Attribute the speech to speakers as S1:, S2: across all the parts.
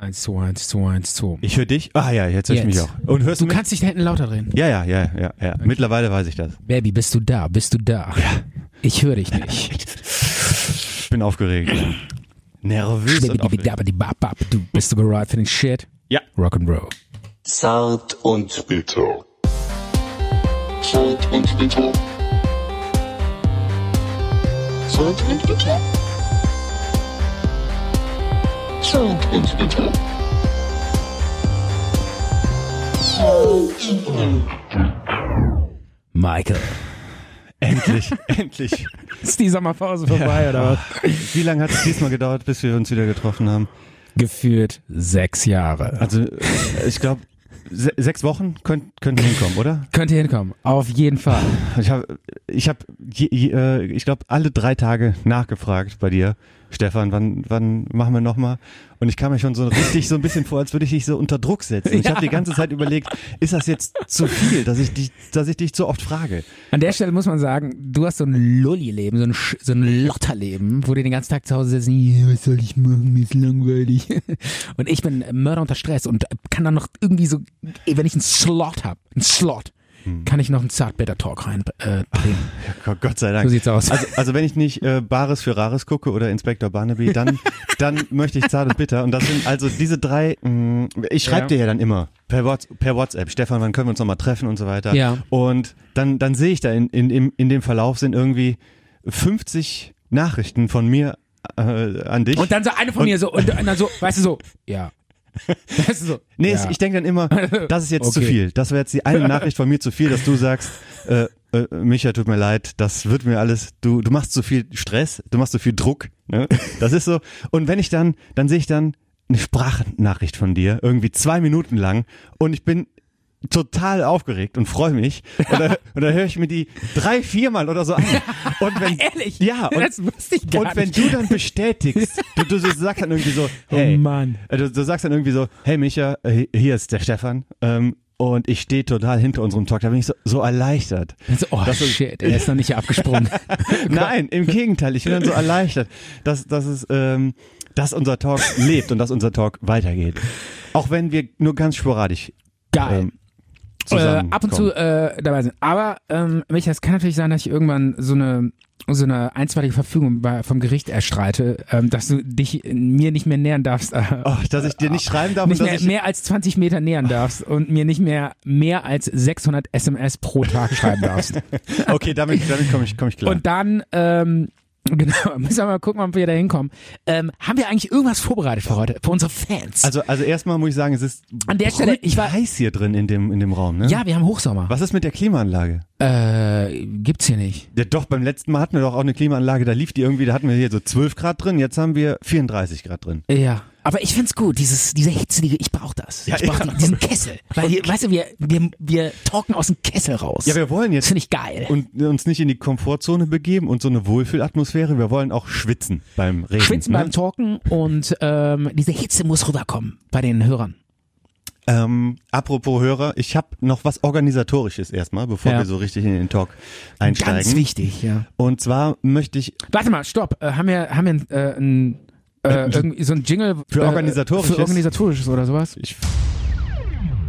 S1: Eins, zwei, eins, zwei, eins, zwei.
S2: Ich höre dich. Ah ja, jetzt höre ich
S1: Jetzt.
S2: mich auch. Und hörst du,
S1: Du
S2: mich?
S1: kannst dich da hinten lauter drehen.
S2: Ja, ja, ja, ja, ja. Mittlerweile weiß ich das.
S1: Baby, bist du da? Bist du da? Ich höre dich nicht.
S2: Ich bin aufgeregt. Nervös und aufgeregt.
S1: Babadibabab, Du bist du bereit für den Shit?
S2: Ja.
S1: Rock'n'Roll.
S3: Zart und bitter.
S4: Zart und bitter. Zart und bitter. Zart und bitter.
S1: Michael.
S2: Endlich, endlich.
S1: Ist die Sommerpause vorbei oder was?
S2: Wie lange hat es diesmal gedauert, bis wir uns wieder getroffen haben?
S1: Gefühlt sechs Jahre.
S2: Also, äh, ich glaube, se sechs Wochen könnt- könnten hinkommen, oder?
S1: Könnt ihr hinkommen? Auf jeden Fall.
S2: Ich habe, ich habe, je- je- äh, ich glaube, alle drei Tage nachgefragt bei dir, Stefan, wann, wann machen wir nochmal? Und ich kam mir schon so richtig so ein bisschen vor, als würde ich dich so unter Druck setzen. Ich habe die ganze Zeit überlegt, ist das jetzt zu viel, dass ich dich, dass ich dich so oft frage?
S1: An der Stelle muss man sagen, du hast so ein Lulli-Leben, so ein, Sch- so ein Lotterleben, wo du den ganzen Tag zu Hause sitzt, "Ja, was soll ich machen, mir ist langweilig. Und ich bin Mörder unter Stress und kann dann noch irgendwie so, ey, wenn ich einen Slot hab, einen Slot,
S2: Hm.
S1: kann ich noch einen Zartbitter-Talk rein äh, drehen.
S2: Gott- Gott sei Dank.
S1: So sieht's aus.
S2: Also, also wenn ich nicht äh, Bares für Rares gucke oder Inspector Barnaby, dann, dann möchte ich zart und bitter. Und das sind also diese drei, mh, ich schreibe
S1: Ja.
S2: dir ja dann immer per, Whats per WhatsApp, Stefan, wann können wir uns nochmal treffen und so weiter.
S1: Ja.
S2: Und dann, dann sehe ich da in, in, im- in dem Verlauf sind irgendwie 50 Nachrichten von mir äh, an dich.
S1: Und dann so eine von mir so, und, und dann so, weißt du so, ja. Weißt du so,
S2: Nee,
S1: ja.
S2: es- ich denke dann immer, das ist jetzt zu
S1: Okay.
S2: viel. Das war jetzt die eine Nachricht von mir zu viel, dass du sagst, äh, äh, Micha, tut mir leid, das wird mir alles, du, du machst zu viel Stress, du machst zu viel Druck. Ne? Das ist so. Und wenn ich dann, dann sehe ich dann eine Sprachnachricht von dir, irgendwie zwei Minuten lang, und ich bin total aufgeregt und freue mich. Und dann, und dann höre ich mir die drei, viermal oder so an. Und wenn,
S1: Ehrlich?
S2: Ja, und,
S1: das wusste ich gar
S2: und wenn
S1: nicht. Oh
S2: du dann bestätigst, du, du, du sagst dann irgendwie so, hey,
S1: Mann.
S2: äh, Du, du sagst dann irgendwie so, hey Micha, äh, hier ist der Stefan ähm, und ich stehe total hinter unserem Talk. Da bin ich so, so erleichtert.
S1: Dann so, oh
S2: Das ist-
S1: shit, er ist noch nicht abgesprungen.
S2: Nein, im Gegenteil, ich bin dann so erleichtert, dass, dass, es, ähm, dass unser Talk lebt und dass unser Talk weitergeht. Auch wenn wir nur ganz sporadisch
S1: Geil.
S2: ähm, zusammenkommen.
S1: Äh, ab und zu äh, dabei sind. Aber, ähm, Micha, es kann natürlich sein, dass ich irgendwann so eine so eine einstweilige Verfügung bei, vom Gericht erstreite, ähm, dass du dich mir nicht mehr nähern darfst, äh,
S2: Oh, dass ich dir nicht schreiben darf
S1: nicht
S2: und dass
S1: mehr,
S2: ich,
S1: mehr als 20 Meter nähern darfst und mir nicht mehr mehr als 600 SMS pro Tag schreiben darfst.
S2: Okay, damit, damit komme ich, komm ich klar.
S1: Und dann, ähm, genau, müssen wir mal gucken, ob wir da hinkommen. Ähm, haben wir eigentlich irgendwas vorbereitet für heute, für unsere Fans?
S2: also, also erstmal muss ich sagen, es ist
S1: An der Stelle, ich war-
S2: heiß hier drin in dem, in dem Raum, ne?
S1: ja, wir haben Hochsommer.
S2: Was ist mit der Klimaanlage?
S1: Äh, gibt's hier nicht.
S2: Ja, doch, beim letzten Mal hatten wir doch auch eine Klimaanlage, da lief die irgendwie, da hatten wir hier so 12 Grad drin, jetzt haben wir 34 Grad drin.
S1: Ja. Aber ich find's gut, dieses, diese hitzige, ich brauch das.
S2: Ja,
S1: ich brauch
S2: ja.
S1: die, diesen Kessel. Weil wir, weißt du, wir, wir, wir talken aus dem Kessel raus.
S2: Ja, wir wollen
S1: das
S2: jetzt
S1: finde ich geil.
S2: und, äh, uns nicht in die Komfortzone begeben und so eine Wohlfühlatmosphäre, wir wollen auch schwitzen beim Reden.
S1: Schwitzen
S2: ne?
S1: beim Talken und ähm, diese Hitze muss rüberkommen bei den Hörern.
S2: Ähm, apropos Hörer, ich habe noch was Organisatorisches erstmal, bevor
S1: Ja.
S2: wir so richtig in den Talk einsteigen.
S1: Ganz wichtig, ja.
S2: und zwar möchte ich
S1: Warte mal, stopp. Äh, haben wir, haben wir äh, ein, äh, irgendwie so ein Jingle
S2: Für
S1: äh,
S2: Organisatorisches?
S1: Für organisatorisches oder sowas?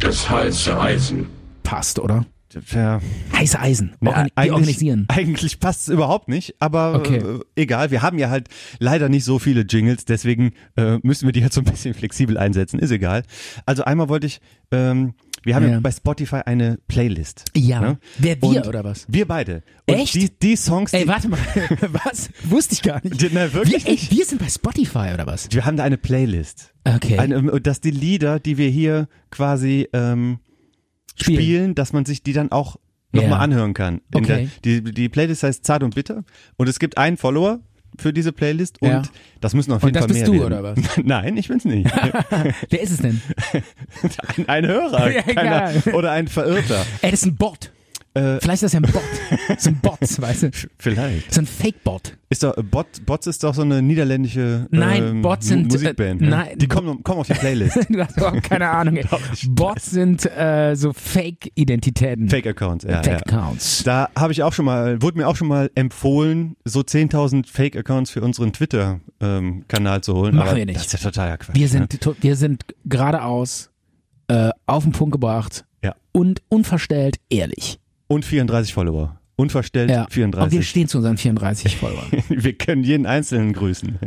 S4: Das heiße Eisen.
S1: Passt, oder?
S2: ja,
S1: Heiße Eisen.
S2: Ne,
S1: Organi die
S2: eigentlich-
S1: organisieren.
S2: Eigentlich passt es überhaupt nicht, aber
S1: Okay.
S2: äh, egal. Wir haben ja halt leider nicht so viele Jingles, deswegen äh, müssen wir die jetzt so ein bisschen flexibel einsetzen. Ist egal. Also einmal wollte ich, ähm, wir haben ja.
S1: Ja.
S2: bei Spotify eine Playlist.
S1: Ja.
S2: ne?
S1: Wer wir
S2: Und
S1: oder was?
S2: Wir beide. Und
S1: Echt?
S2: Die, die Songs, die,
S1: Ey, warte mal. was? Wusste ich gar nicht.
S2: Die- na, wirklich
S1: wir, ey,
S2: nicht?
S1: wir sind bei Spotify oder was?
S2: wir haben da eine Playlist.
S1: Okay.
S2: Eine, ähm, dass die Lieder, die wir hier quasi ähm,
S1: Spielen.
S2: spielen. dass man sich die dann auch nochmal
S1: Ja.
S2: mal anhören kann. In
S1: Okay.
S2: der, die, die Playlist heißt Zart und Bitter und es gibt einen Follower für diese Playlist und
S1: Ja.
S2: das müssen auf
S1: Und
S2: jeden
S1: das
S2: Fall mehr
S1: bist du,
S2: werden.
S1: oder was?
S2: Nein, ich bin's nicht.
S1: Wer ist es denn?
S2: Ein, ein Hörer
S1: Ja,
S2: keiner,
S1: egal.
S2: oder ein Verirrter.
S1: Ey, das ist ein Bot.
S2: Äh,
S1: Vielleicht ist das ja ein Bot. so ein Bot, weißt du?
S2: vielleicht.
S1: So ein Fake-Bot.
S2: Ist doch, äh, Bot, Bots ist doch so eine niederländische
S1: Nein,
S2: ähm,
S1: Bots
S2: Mu-
S1: sind, äh,
S2: Musikband.
S1: nein.
S2: ne? Die kommen, kommen auf die Playlist.
S1: Du hast überhaupt keine Ahnung. ey. Bots sind äh, so Fake-Identitäten.
S2: Fake-Accounts, ja. ja.
S1: Fake-Accounts.
S2: Da habe ich auch schon mal, wurde mir auch schon mal empfohlen, so 10.000 Fake-Accounts für unseren Twitter-Kanal zu holen.
S1: Machen
S2: aber
S1: wir nicht.
S2: Das ist ja totaler Quatsch.
S1: Wir
S2: ne?
S1: sind, to- wir sind geradeaus äh, auf den Punkt gebracht
S2: Ja.
S1: und unverstellt ehrlich.
S2: Und 34 Follower. Unverstellt
S1: Ja. Und wir
S2: 34.
S1: stehen zu unseren 34 Followern.
S2: Wir, können jeden Einzelnen grüßen.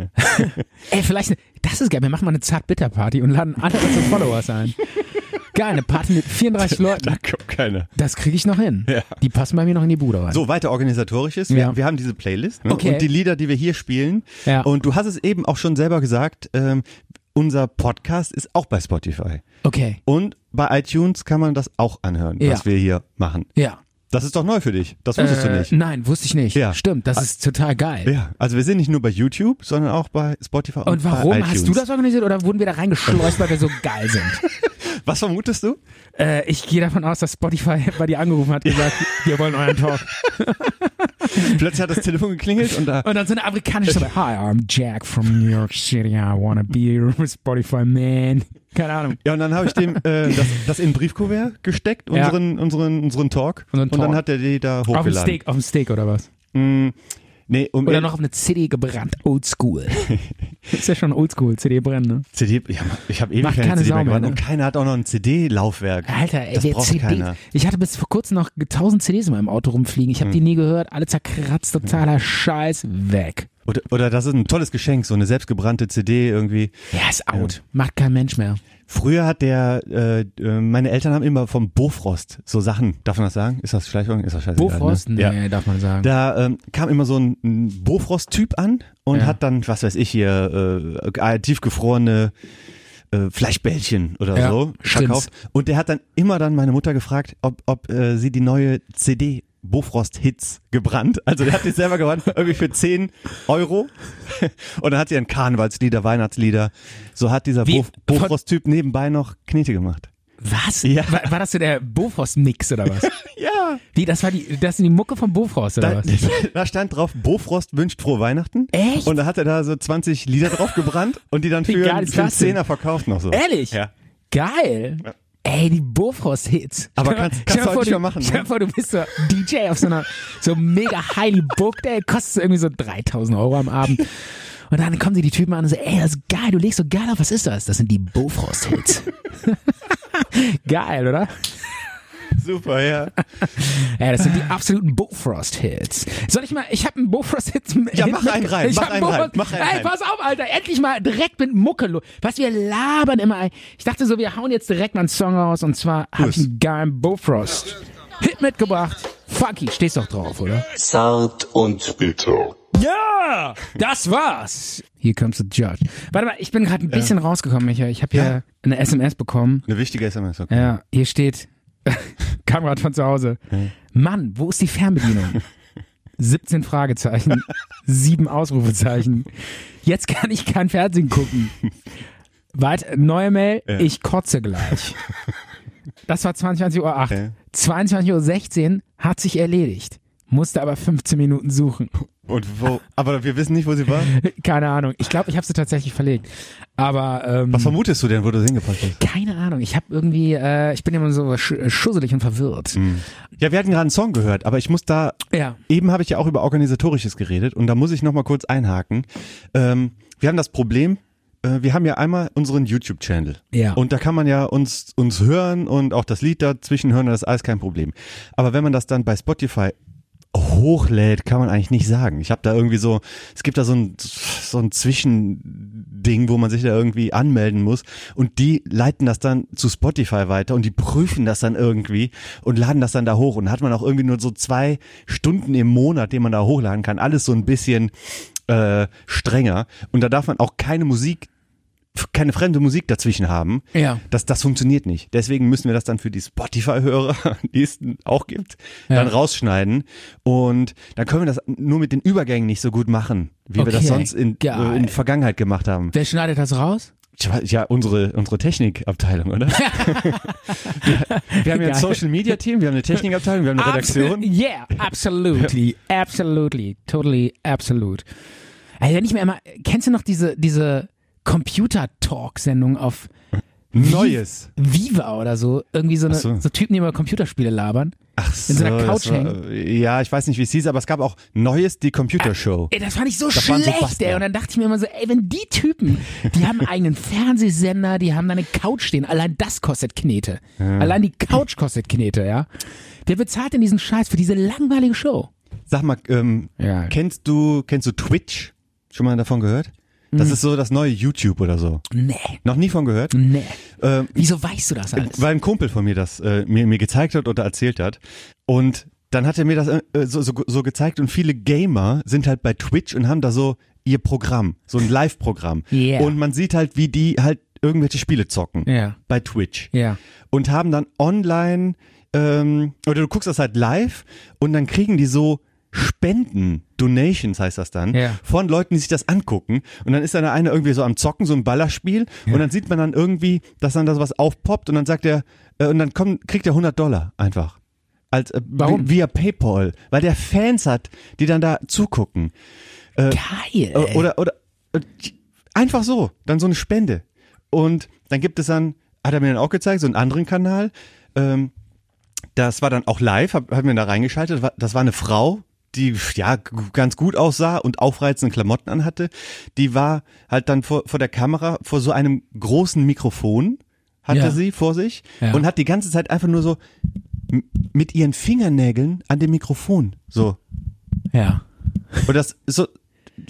S1: Ey, vielleicht, das ist geil. Wir machen mal eine Zartbitter-Party und laden alle unsere Follower ein. Geil, eine Party mit 34 Leuten.
S2: Da kommt keiner.
S1: Das kriege ich noch hin. Die passen bei mir noch in die Bude rein.
S2: So, weiter organisatorisches. Wir,
S1: Ja.
S2: wir haben diese Playlist ne?
S1: Okay.
S2: und die Lieder, die wir hier spielen.
S1: Ja.
S2: Und du hast es eben auch schon selber gesagt, ähm, unser Podcast ist auch bei Spotify.
S1: Okay.
S2: Und bei iTunes kann man das auch anhören,
S1: Ja.
S2: was wir hier machen.
S1: Ja.
S2: Das ist doch neu für dich. Das wusstest du
S1: Äh,
S2: nicht.
S1: Nein, wusste ich nicht.
S2: Ja.
S1: Stimmt, das ist total geil.
S2: Ja, also wir sind nicht nur bei YouTube, sondern auch bei Spotify und,
S1: Und warum
S2: bei iTunes.
S1: hast du das organisiert oder wurden wir da reingeschleust, weil wir so geil sind?
S2: Was vermutest du?
S1: Äh, ich gehe davon aus, dass Spotify bei dir angerufen hat und gesagt, wir wollen euren Talk.
S2: Plötzlich hat das Telefon geklingelt und da
S1: Und dann so eine amerikanische Stimme. Hi, I'm Jack from New York City. I wanna be your Spotify man. Keine Ahnung.
S2: Ja, und dann habe ich dem äh, das, das in ein Briefkuvert gesteckt,
S1: Ja.
S2: unseren, unseren, unseren Talk.
S1: Unseren
S2: Und
S1: Talk.
S2: dann hat er die da
S1: Auf dem
S2: hochgeladen.
S1: Steak, auf dem Steak oder was?
S2: Nee, um
S1: Oder noch auf eine CD gebrannt. Oldschool. ist ja schon oldschool, CD brennen, ne?
S2: CD, ja, ich habe ewig
S1: Macht
S2: keine
S1: keine
S2: CD
S1: Sau
S2: mehr
S1: mehr,
S2: gemacht.
S1: ne?
S2: Und keiner hat auch noch ein CD-Laufwerk.
S1: Alter, ey,
S2: das
S1: der
S2: braucht
S1: CD.
S2: keiner.
S1: Ich hatte bis vor kurzem noch 1000 CDs in meinem Auto rumfliegen. Ich habe
S2: Hm.
S1: die nie gehört. Alle zerkratzt, totaler Scheiß. Weg.
S2: Oder, oder das ist ein tolles Geschenk, so eine selbstgebrannte CD irgendwie.
S1: Ja, ist out. Macht kein Mensch mehr.
S2: Früher hat der, äh, äh, meine Eltern haben immer vom Bofrost so Sachen, darf man das sagen? Ist das Schleichung? Ist das scheiße?
S1: Bofrost?
S2: Ne?
S1: Nee,
S2: Ja.
S1: darf man sagen.
S2: Da ähm, kam immer so ein, ein Bofrost-Typ an und
S1: Ja.
S2: hat dann, was weiß ich hier, äh, äh, tiefgefrorene äh, Fleischbällchen oder
S1: Ja,
S2: so
S1: stimmt's.
S2: verkauft. Und der hat dann immer dann meine Mutter gefragt, ob, ob äh, sie die neue CD Bofrost-Hits gebrannt. Also der hat die selber gebrannt, irgendwie für 10 Euro. Und dann hat sie dann Karnevalslieder, Weihnachtslieder. So hat dieser
S1: Wie?
S2: Bof Bofrost-Typ nebenbei noch Knete gemacht.
S1: was?
S2: Ja.
S1: War, war das so der Bofrost-Mix oder was?
S2: Ja,
S1: Die, das war die, das sind die Mucke von Bofrost oder
S2: Da,
S1: was?
S2: da stand drauf, Bofrost wünscht frohe Weihnachten.
S1: Echt?
S2: Und da hat er da so 20 Lieder drauf gebrannt und die dann
S1: Wie
S2: für,
S1: geil ist
S2: für einen
S1: das denn?
S2: Zehner verkauft noch so.
S1: Ehrlich?
S2: Ja.
S1: Geil. Ey, die Bofrost-Hits.
S2: Aber
S1: Stell mal-
S2: kannst- kannst
S1: stell
S2: du
S1: mal
S2: heute
S1: vor,
S2: nicht mehr machen,
S1: Stell
S2: ne?
S1: mal vor, du bist so DJ auf so einer so mega highly booked, ey, kostet irgendwie so 3000 Euro am Abend. Und dann kommen dir die Typen an und so, ey, das ist geil, du legst so geil auf, was ist das? Das sind die Bofrost-Hits. geil, oder?
S2: Super, ja.
S1: Ja, das sind die absoluten Bofrost-Hits. Soll ich mal, ich habe einen Bofrost-Hit.
S2: Ja,
S1: Hit
S2: mach einen
S1: mit-
S2: rein,
S1: ich
S2: mach
S1: hab
S2: einen rein,
S1: Bofrost-
S2: mach einen
S1: Ey,
S2: rein.
S1: pass auf, Alter, endlich mal direkt mit Mucke los. Was wir labern immer. ey. Ich dachte so, wir hauen jetzt direkt mal einen Song raus und zwar habe ich
S2: Los.
S1: einen geilen Bofrost-Hit mitgebracht. Funky, stehst doch drauf, oder?
S3: Zart und bitter.
S1: Ja, das war's. Hier kommt der Judge. Warte mal, ich bin gerade ein bisschen rausgekommen, Michael. Ich habe hier
S2: Ja.
S1: eine SMS bekommen.
S2: Eine wichtige SMS, okay.
S1: Ja, hier steht Kamerad von zu Hause. Mann, wo ist die Fernbedienung? 17 Fragezeichen, 7 Ausrufezeichen. Jetzt kann ich kein Fernsehen gucken. Weit, neue Mail,
S2: Ja.
S1: ich kotze gleich. Das war 22.08 Uhr.
S2: Ja.
S1: 22.16 Uhr hat sich erledigt. Musste aber 15 Minuten suchen.
S2: Und wo, aber wir wissen nicht, wo sie war.
S1: Keine Ahnung. Ich glaube, ich habe sie tatsächlich verlegt. Aber ähm,
S2: Was vermutest du denn, wo du sie hingepackt hast?
S1: keine Ahnung. Ich habe irgendwie, äh, ich bin immer so sch schusselig und verwirrt.
S2: Mhm. Ja, wir hatten gerade einen Song gehört, aber ich muss da,
S1: Ja.
S2: eben habe ich ja auch über Organisatorisches geredet und da muss ich nochmal kurz einhaken. Ähm, wir haben das Problem, äh, wir haben ja einmal unseren YouTube-Channel.
S1: Ja.
S2: Und da kann man ja uns, uns hören und auch das Lied dazwischen hören, das ist alles kein Problem. Aber wenn man das dann bei Spotify hochlädt, kann man eigentlich nicht sagen. Ich habe da irgendwie so, es gibt da so ein, so ein Zwischending, wo man sich da irgendwie anmelden muss und die leiten das dann zu Spotify weiter und die prüfen das dann irgendwie und laden das dann da hoch und da hat man auch irgendwie nur so zwei Stunden im Monat, den man da hochladen kann. Alles so ein bisschen äh, strenger und da darf man auch keine Musik keine fremde Musik dazwischen haben.
S1: Ja.
S2: Das, das funktioniert nicht. Deswegen müssen wir das dann für die Spotify-Hörer, die es auch gibt, dann
S1: Ja.
S2: rausschneiden. Und dann können wir das nur mit den Übergängen nicht so gut machen, wie wir das
S1: Okay,
S2: sonst in,
S1: geil.
S2: äh, in der Vergangenheit gemacht haben.
S1: Wer schneidet das raus?
S2: Ich weiß- Ja, unsere, unsere Technikabteilung, oder? wir, wir haben ja
S1: Geil.
S2: ein Social Media Team, wir haben eine Technikabteilung, wir haben eine
S1: Absolut-
S2: Redaktion.
S1: Yeah, absolutely, absolutely, totally, absolut. Also wenn ich mir immer, kennst du noch diese, diese Computer-Talk-Sendung auf
S2: Neues.
S1: Viva oder so? Irgendwie so, eine,
S2: Ach
S1: so.
S2: so.
S1: Typen, die über Computerspiele labern.
S2: Ach
S1: In so einer
S2: das äh,
S1: Couch
S2: ja, ich weiß nicht, wie es hieß, aber es gab auch Neues, die Computershow.
S1: Ey, das fand ich so
S2: Das waren so
S1: schlecht,
S2: Bastler.
S1: ey. Und dann dachte ich mir immer so, ey, wenn die Typen, die haben einen eigenen Fernsehsender, die haben da eine Couch stehen. Allein das kostet Knete. Allein die Couch kostet Knete, ja. Wer bezahlt denn diesen Scheiß für diese langweilige Show?
S2: Sag mal, ähm,
S1: Ja.
S2: kennst du, kennst du Twitch? Schon mal davon gehört? Das ist so das neue YouTube oder so.
S1: Hm. Nee,
S2: Noch nie von gehört?
S1: nee.
S2: Ähm,
S1: Wieso weißt du das alles?
S2: Weil ein Kumpel von mir das äh, mir, mir gezeigt hat oder erzählt hat. Und dann hat er mir das äh, so, so, so gezeigt und viele Gamer sind halt bei Twitch und haben da so ihr Programm, so ein Live-Programm.
S1: Yeah.
S2: Und man sieht halt, wie die halt irgendwelche Spiele zocken
S1: Ja.
S2: bei Twitch.
S1: Ja.
S2: Und haben dann online, ähm, oder du guckst das halt live und dann kriegen die so Spenden, Donations heißt das dann,
S1: Ja.
S2: von Leuten, die sich das angucken. Und dann ist dann einer irgendwie so am Zocken, so ein Ballerspiel. Und dann sieht man dann irgendwie, dass dann da sowas aufpoppt und dann sagt er, äh, und dann kommt, kriegt er 100 Dollar einfach. Als, äh,
S1: Warum?
S2: vi- Via Paypal. Weil der Fans hat, die dann da zugucken.
S1: Geil.
S2: Äh, Oder, oder äh, einfach so, dann so eine Spende. Und dann gibt es dann, hat er mir dann auch gezeigt, so einen anderen Kanal. Ähm, das war dann auch live, hab, hab mir da reingeschaltet. War- Das war eine Frau, die ja g- ganz gut aussah und aufreizende Klamotten anhatte. Die war halt dann vor, vor der Kamera, vor so einem großen Mikrofon hatte
S1: Ja.
S2: sie vor sich
S1: Ja.
S2: und hat die ganze Zeit einfach nur so m- mit ihren Fingernägeln an dem Mikrofon so
S1: ja.
S2: und das ist so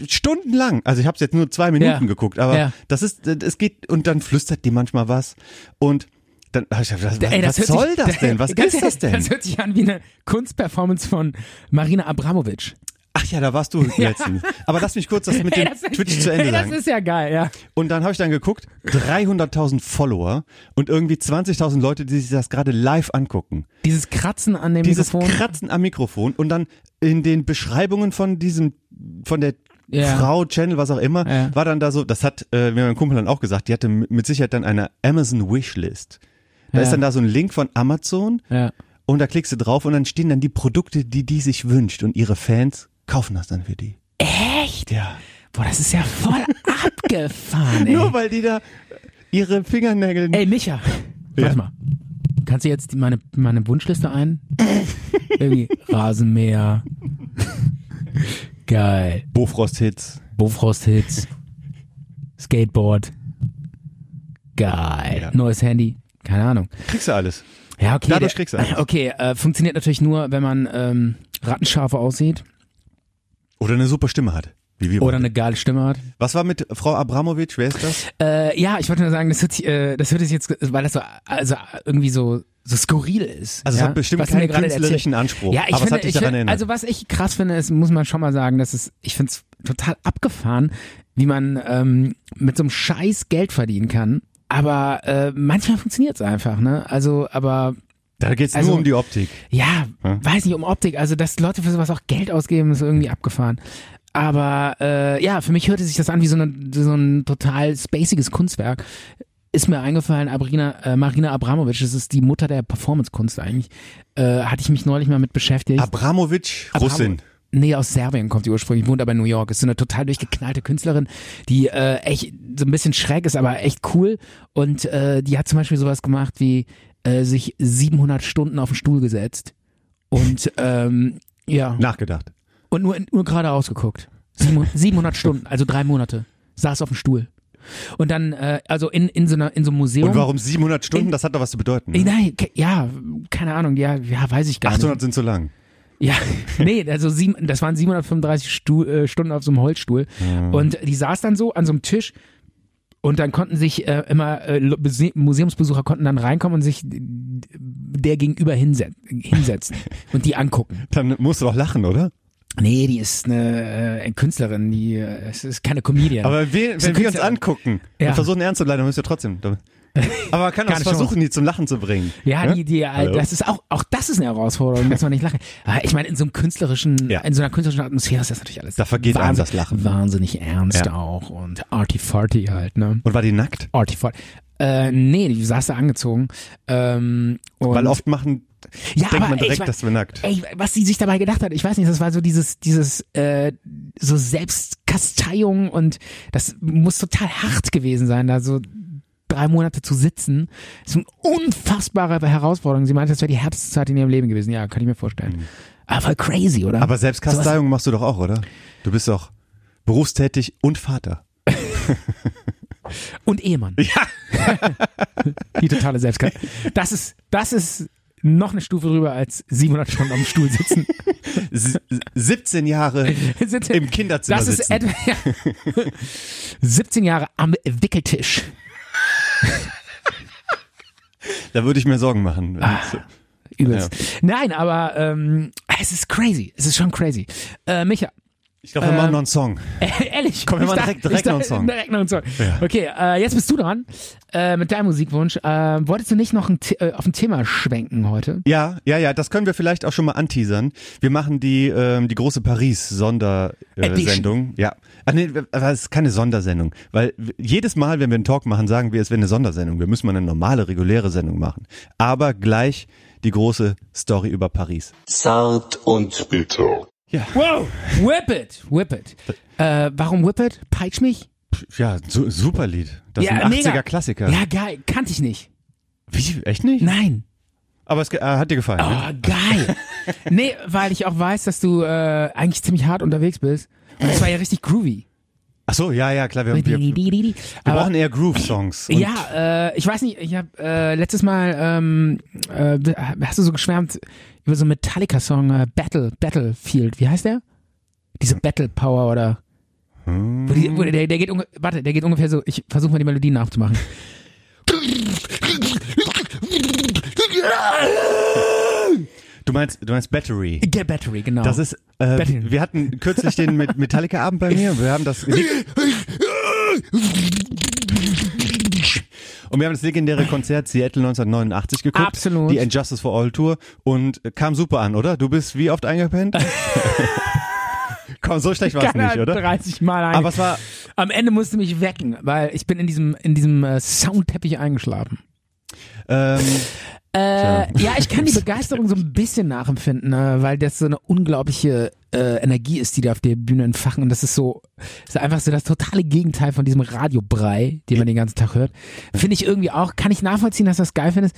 S2: stundenlang. Also ich habe es jetzt nur zwei Minuten
S1: Ja.
S2: geguckt, aber
S1: Ja.
S2: das ist, es geht und dann flüstert die manchmal was und dann hab ich gedacht, was,
S1: Ey,
S2: was
S1: hört
S2: soll
S1: sich-
S2: das denn? Was
S1: ganz
S2: ist das
S1: ehrlich,
S2: denn?
S1: Das hört sich an wie eine Kunstperformance von Marina Abramovic.
S2: Ach ja, da warst du letztens. Aber lass mich kurz das mit
S1: Ey,
S2: dem
S1: das ist-
S2: Twitch zu Ende
S1: ey,
S2: sagen.
S1: Das ist ja geil, ja.
S2: Und dann habe ich dann geguckt, 300.000 Follower und irgendwie 20.000 Leute, die sich das gerade live angucken.
S1: Dieses Kratzen an dem
S2: Dieses
S1: Mikrofon.
S2: Kratzen am Mikrofon und dann in den Beschreibungen von diesem, von der
S1: Ja.
S2: Frau, Channel, was auch immer,
S1: Ja.
S2: war dann da so, das hat äh, mir mein Kumpel dann auch gesagt, die hatte m- mit Sicherheit dann eine Amazon Wishlist. Da
S1: Ja.
S2: ist dann da so ein Link von Amazon
S1: ja.
S2: und da klickst du drauf und dann stehen dann die Produkte, die die sich wünscht und ihre Fans kaufen das dann für die.
S1: Echt?
S2: Ja.
S1: Boah, das ist ja voll abgefahren, ey.
S2: Nur weil die da ihre Fingernägel.
S1: Ey, Micha, warte mal. Kannst du jetzt die- meine, meine Wunschliste ein? Irgendwie Rasenmäher. Geil.
S2: Bofrost-Hits.
S1: Bofrost-Hits. Skateboard. Geil.
S2: Ja.
S1: Neues Handy. Keine Ahnung.
S2: Kriegst du alles.
S1: Ja, okay.
S2: Dadurch
S1: der-
S2: kriegst du alles.
S1: Okay, äh, funktioniert natürlich nur, wenn man ähm, rattenscharf aussieht
S2: Oder eine super Stimme hat. Wie wir
S1: oder
S2: beide.
S1: eine geile Stimme hat.
S2: Was war mit Frau Abramowitsch? Wer ist das?
S1: Äh, ja, ich wollte nur sagen, das hört sich, äh, das hört sich jetzt, weil das so, also irgendwie so, so skurril ist.
S2: Also
S1: ja?
S2: es hat bestimmt
S1: Was du mir
S2: keinen
S1: gerade
S2: künstlerischen
S1: erzählt-
S2: Anspruch.
S1: Ja, ich
S2: aber
S1: finde,
S2: es Oh. Ah, hat dich
S1: ich
S2: daran
S1: finde-
S2: erinnert.
S1: Also was ich krass finde, ist, muss man schon mal sagen, dass es, ich finde es total abgefahren, wie man ähm, mit so einem Scheiß Geld verdienen kann. Aber äh, manchmal funktioniert es einfach, ne? Also, aber
S2: da geht's
S1: also-
S2: nur um die Optik.
S1: ja,
S2: Ja.
S1: weiß nicht, um Optik. Also, dass Leute für sowas auch Geld ausgeben, ist irgendwie abgefahren. Aber äh, ja, für mich hörte sich das an wie so, eine, so ein total spaciges Kunstwerk. Ist mir eingefallen, Abrina, äh, Marina Abramovic, das ist die Mutter der Performance-Kunst eigentlich. Äh, hatte ich mich neulich mal mit beschäftigt.
S2: Abramowitsch, Russin.
S1: Nee, aus Serbien kommt die ursprünglich, wohnt aber in New York. Ist so eine total durchgeknallte Künstlerin, die äh, echt so ein bisschen schräg ist, aber echt cool. Und äh, die hat zum Beispiel sowas gemacht wie äh, sich 700 Stunden auf den Stuhl gesetzt und ähm, ja
S2: Nachgedacht.
S1: und nur, nur geradeaus geguckt. 700 700 Stunden, also drei Monate, saß auf dem Stuhl. Und dann, äh, also in, in, so einer, in so einem Museum.
S2: Und warum 700 Stunden?
S1: In-
S2: Das hat doch was zu bedeuten.
S1: Äh,
S2: Ne?
S1: Nein, ke- ja, keine Ahnung, ja, ja, weiß ich gar nicht.
S2: 800 sind zu lang.
S1: Ja, nee, also sieben, das waren 735 Stu, äh, Stunden auf so einem Holzstuhl.
S2: Mhm.
S1: Und die saß dann so an so einem Tisch und dann konnten sich äh, immer äh, Lo- Bese- Museumsbesucher konnten dann reinkommen und sich d- der gegenüber hinse hinsetzen und die angucken.
S2: Dann musst du doch lachen, oder?
S1: Nee, die ist eine äh, Künstlerin, die äh, es ist keine Comedian.
S2: Aber wir,
S1: Ist ein
S2: wenn wir uns
S1: Künstler-
S2: angucken
S1: Ja.
S2: und versuchen ernst zu bleiben, dann müssen wir trotzdem. Aber man kann
S1: Keine
S2: auch
S1: Chance.
S2: versuchen, die zum Lachen zu bringen.
S1: ja,
S2: Ne?
S1: die, die, äh,
S2: Hallo?
S1: das ist auch, auch das ist eine Herausforderung, dass man nicht lachen. Aber Ich meine, in so einem künstlerischen,
S2: Ja.
S1: in so einer künstlerischen Atmosphäre ist das natürlich alles.
S2: Da vergeht einem das Lachen.
S1: Wahnsinnig ernst
S2: Ja.
S1: auch und arty-farty halt, ne?
S2: Und war die nackt?
S1: Arty-farty. Äh, nee, die saß da angezogen. Ähm, und
S2: Weil oft machen,
S1: ja,
S2: denkt
S1: aber,
S2: man
S1: ey, ich
S2: direkt,
S1: mein-
S2: dass wir nackt.
S1: Ey, was sie sich dabei gedacht hat, ich weiß nicht, das war so dieses, dieses, äh, so Selbstkasteiung und das muss total hart gewesen sein, da so drei Monate zu sitzen. Das ist eine unfassbare Herausforderung. Sie meinte, das wäre die härteste Zeit in ihrem Leben gewesen. Ja, kann ich mir vorstellen. Aber voll crazy, oder?
S2: Mhm. Aber Selbstkasteiung machst du doch auch, oder? Du bist doch berufstätig und Vater.
S1: und Ehemann. Ja. die totale Selbstkasteiung. Das ist, das ist noch eine Stufe rüber als 700 Stunden am Stuhl sitzen.
S2: S 17 Jahre
S1: Sind-
S2: im Kinderzimmer
S1: Das ist
S2: sitzen.
S1: etwa ja. 17 Jahre am Wickeltisch.
S2: da würde ich mir Sorgen machen.
S1: Ah. Übelst. Nein, aber ähm, es ist crazy. Es ist schon crazy. Äh, Micha,
S2: Ich glaube, wir machen noch einen Song.
S1: äh, ehrlich.
S2: Komm, wir
S1: ich
S2: machen
S1: dacht-
S2: direkt- direkt
S1: ich dacht-
S2: noch einen Song.
S1: Direkt noch einen Song.
S2: Ja.
S1: Okay, äh, jetzt bist du dran äh, mit deinem Musikwunsch. Äh, wolltest du nicht noch ein, The- äh, auf ein Thema schwenken heute?
S2: Ja, ja, ja, das können wir vielleicht auch schon mal anteasern. Wir machen die, ähm, die große
S1: Edition.
S2: Paris-Sondersendung. Ja. Ah, nee, aber es ist keine Sondersendung. Weil w- jedes Mal, wenn wir einen Talk machen, sagen wir, es wäre eine Sondersendung. Wir müssen mal eine normale, reguläre Sendung machen. Aber gleich die große Story über Paris.
S3: Zart und bitter.
S1: Wow! Whip it! Whip it. Äh, warum Whip it? Peitsch mich?
S2: Ja, su super Lied. Das
S1: ja,
S2: ist ein
S1: mega.
S2: 80er-Klassiker.
S1: Ja, geil. Kannte ich nicht.
S2: Wie, echt nicht?
S1: Nein.
S2: Aber es ge- äh, hat dir gefallen. ne?
S1: Oh, geil. nee, weil ich auch weiß, dass du äh, eigentlich ziemlich hart unterwegs bist. Und das war ja richtig groovy.
S2: Ach so, ja, ja, klar. Wir, wir, wir
S1: Wir
S2: brauchen eher Groove-Songs. und-
S1: ja, äh, ich weiß nicht, ich habe äh, letztes Mal, ähm, äh, hast du so geschwärmt über so einen Metallica-Song, äh, Battle, Battlefield, wie heißt der? Diese Battle Power oder. Wo die, wo der, der geht unge- warte, der geht ungefähr so, ich versuche mal die Melodie nachzumachen.
S2: Du meinst, du meinst Battery.
S1: Get Battery, genau.
S2: Das ist, äh,
S1: Battery.
S2: wir hatten kürzlich den mit Metallica-Abend bei mir. Wir haben das Lied- und wir haben das legendäre Konzert Seattle 1989 geguckt.
S1: Absolut.
S2: Die Injustice for All Tour und kam super an, oder? Du bist wie oft eingepennt? Komm, so schlecht war es
S1: Keiner
S2: nicht,
S1: hat
S2: oder?
S1: 30 Mal ein.
S2: Aber es war,
S1: Am Ende musste mich wecken, weil ich bin in diesem, in diesem äh, Soundteppich eingeschlafen.
S2: ähm,
S1: Äh, ja, ich kann die Begeisterung so ein bisschen nachempfinden, äh, weil das so eine unglaubliche äh, Energie ist, die da auf der Bühne entfachen. Und das ist so, ist einfach so das totale Gegenteil von diesem Radiobrei, den man den ganzen Tag hört. Finde ich irgendwie auch, kann ich nachvollziehen, dass du das geil findest.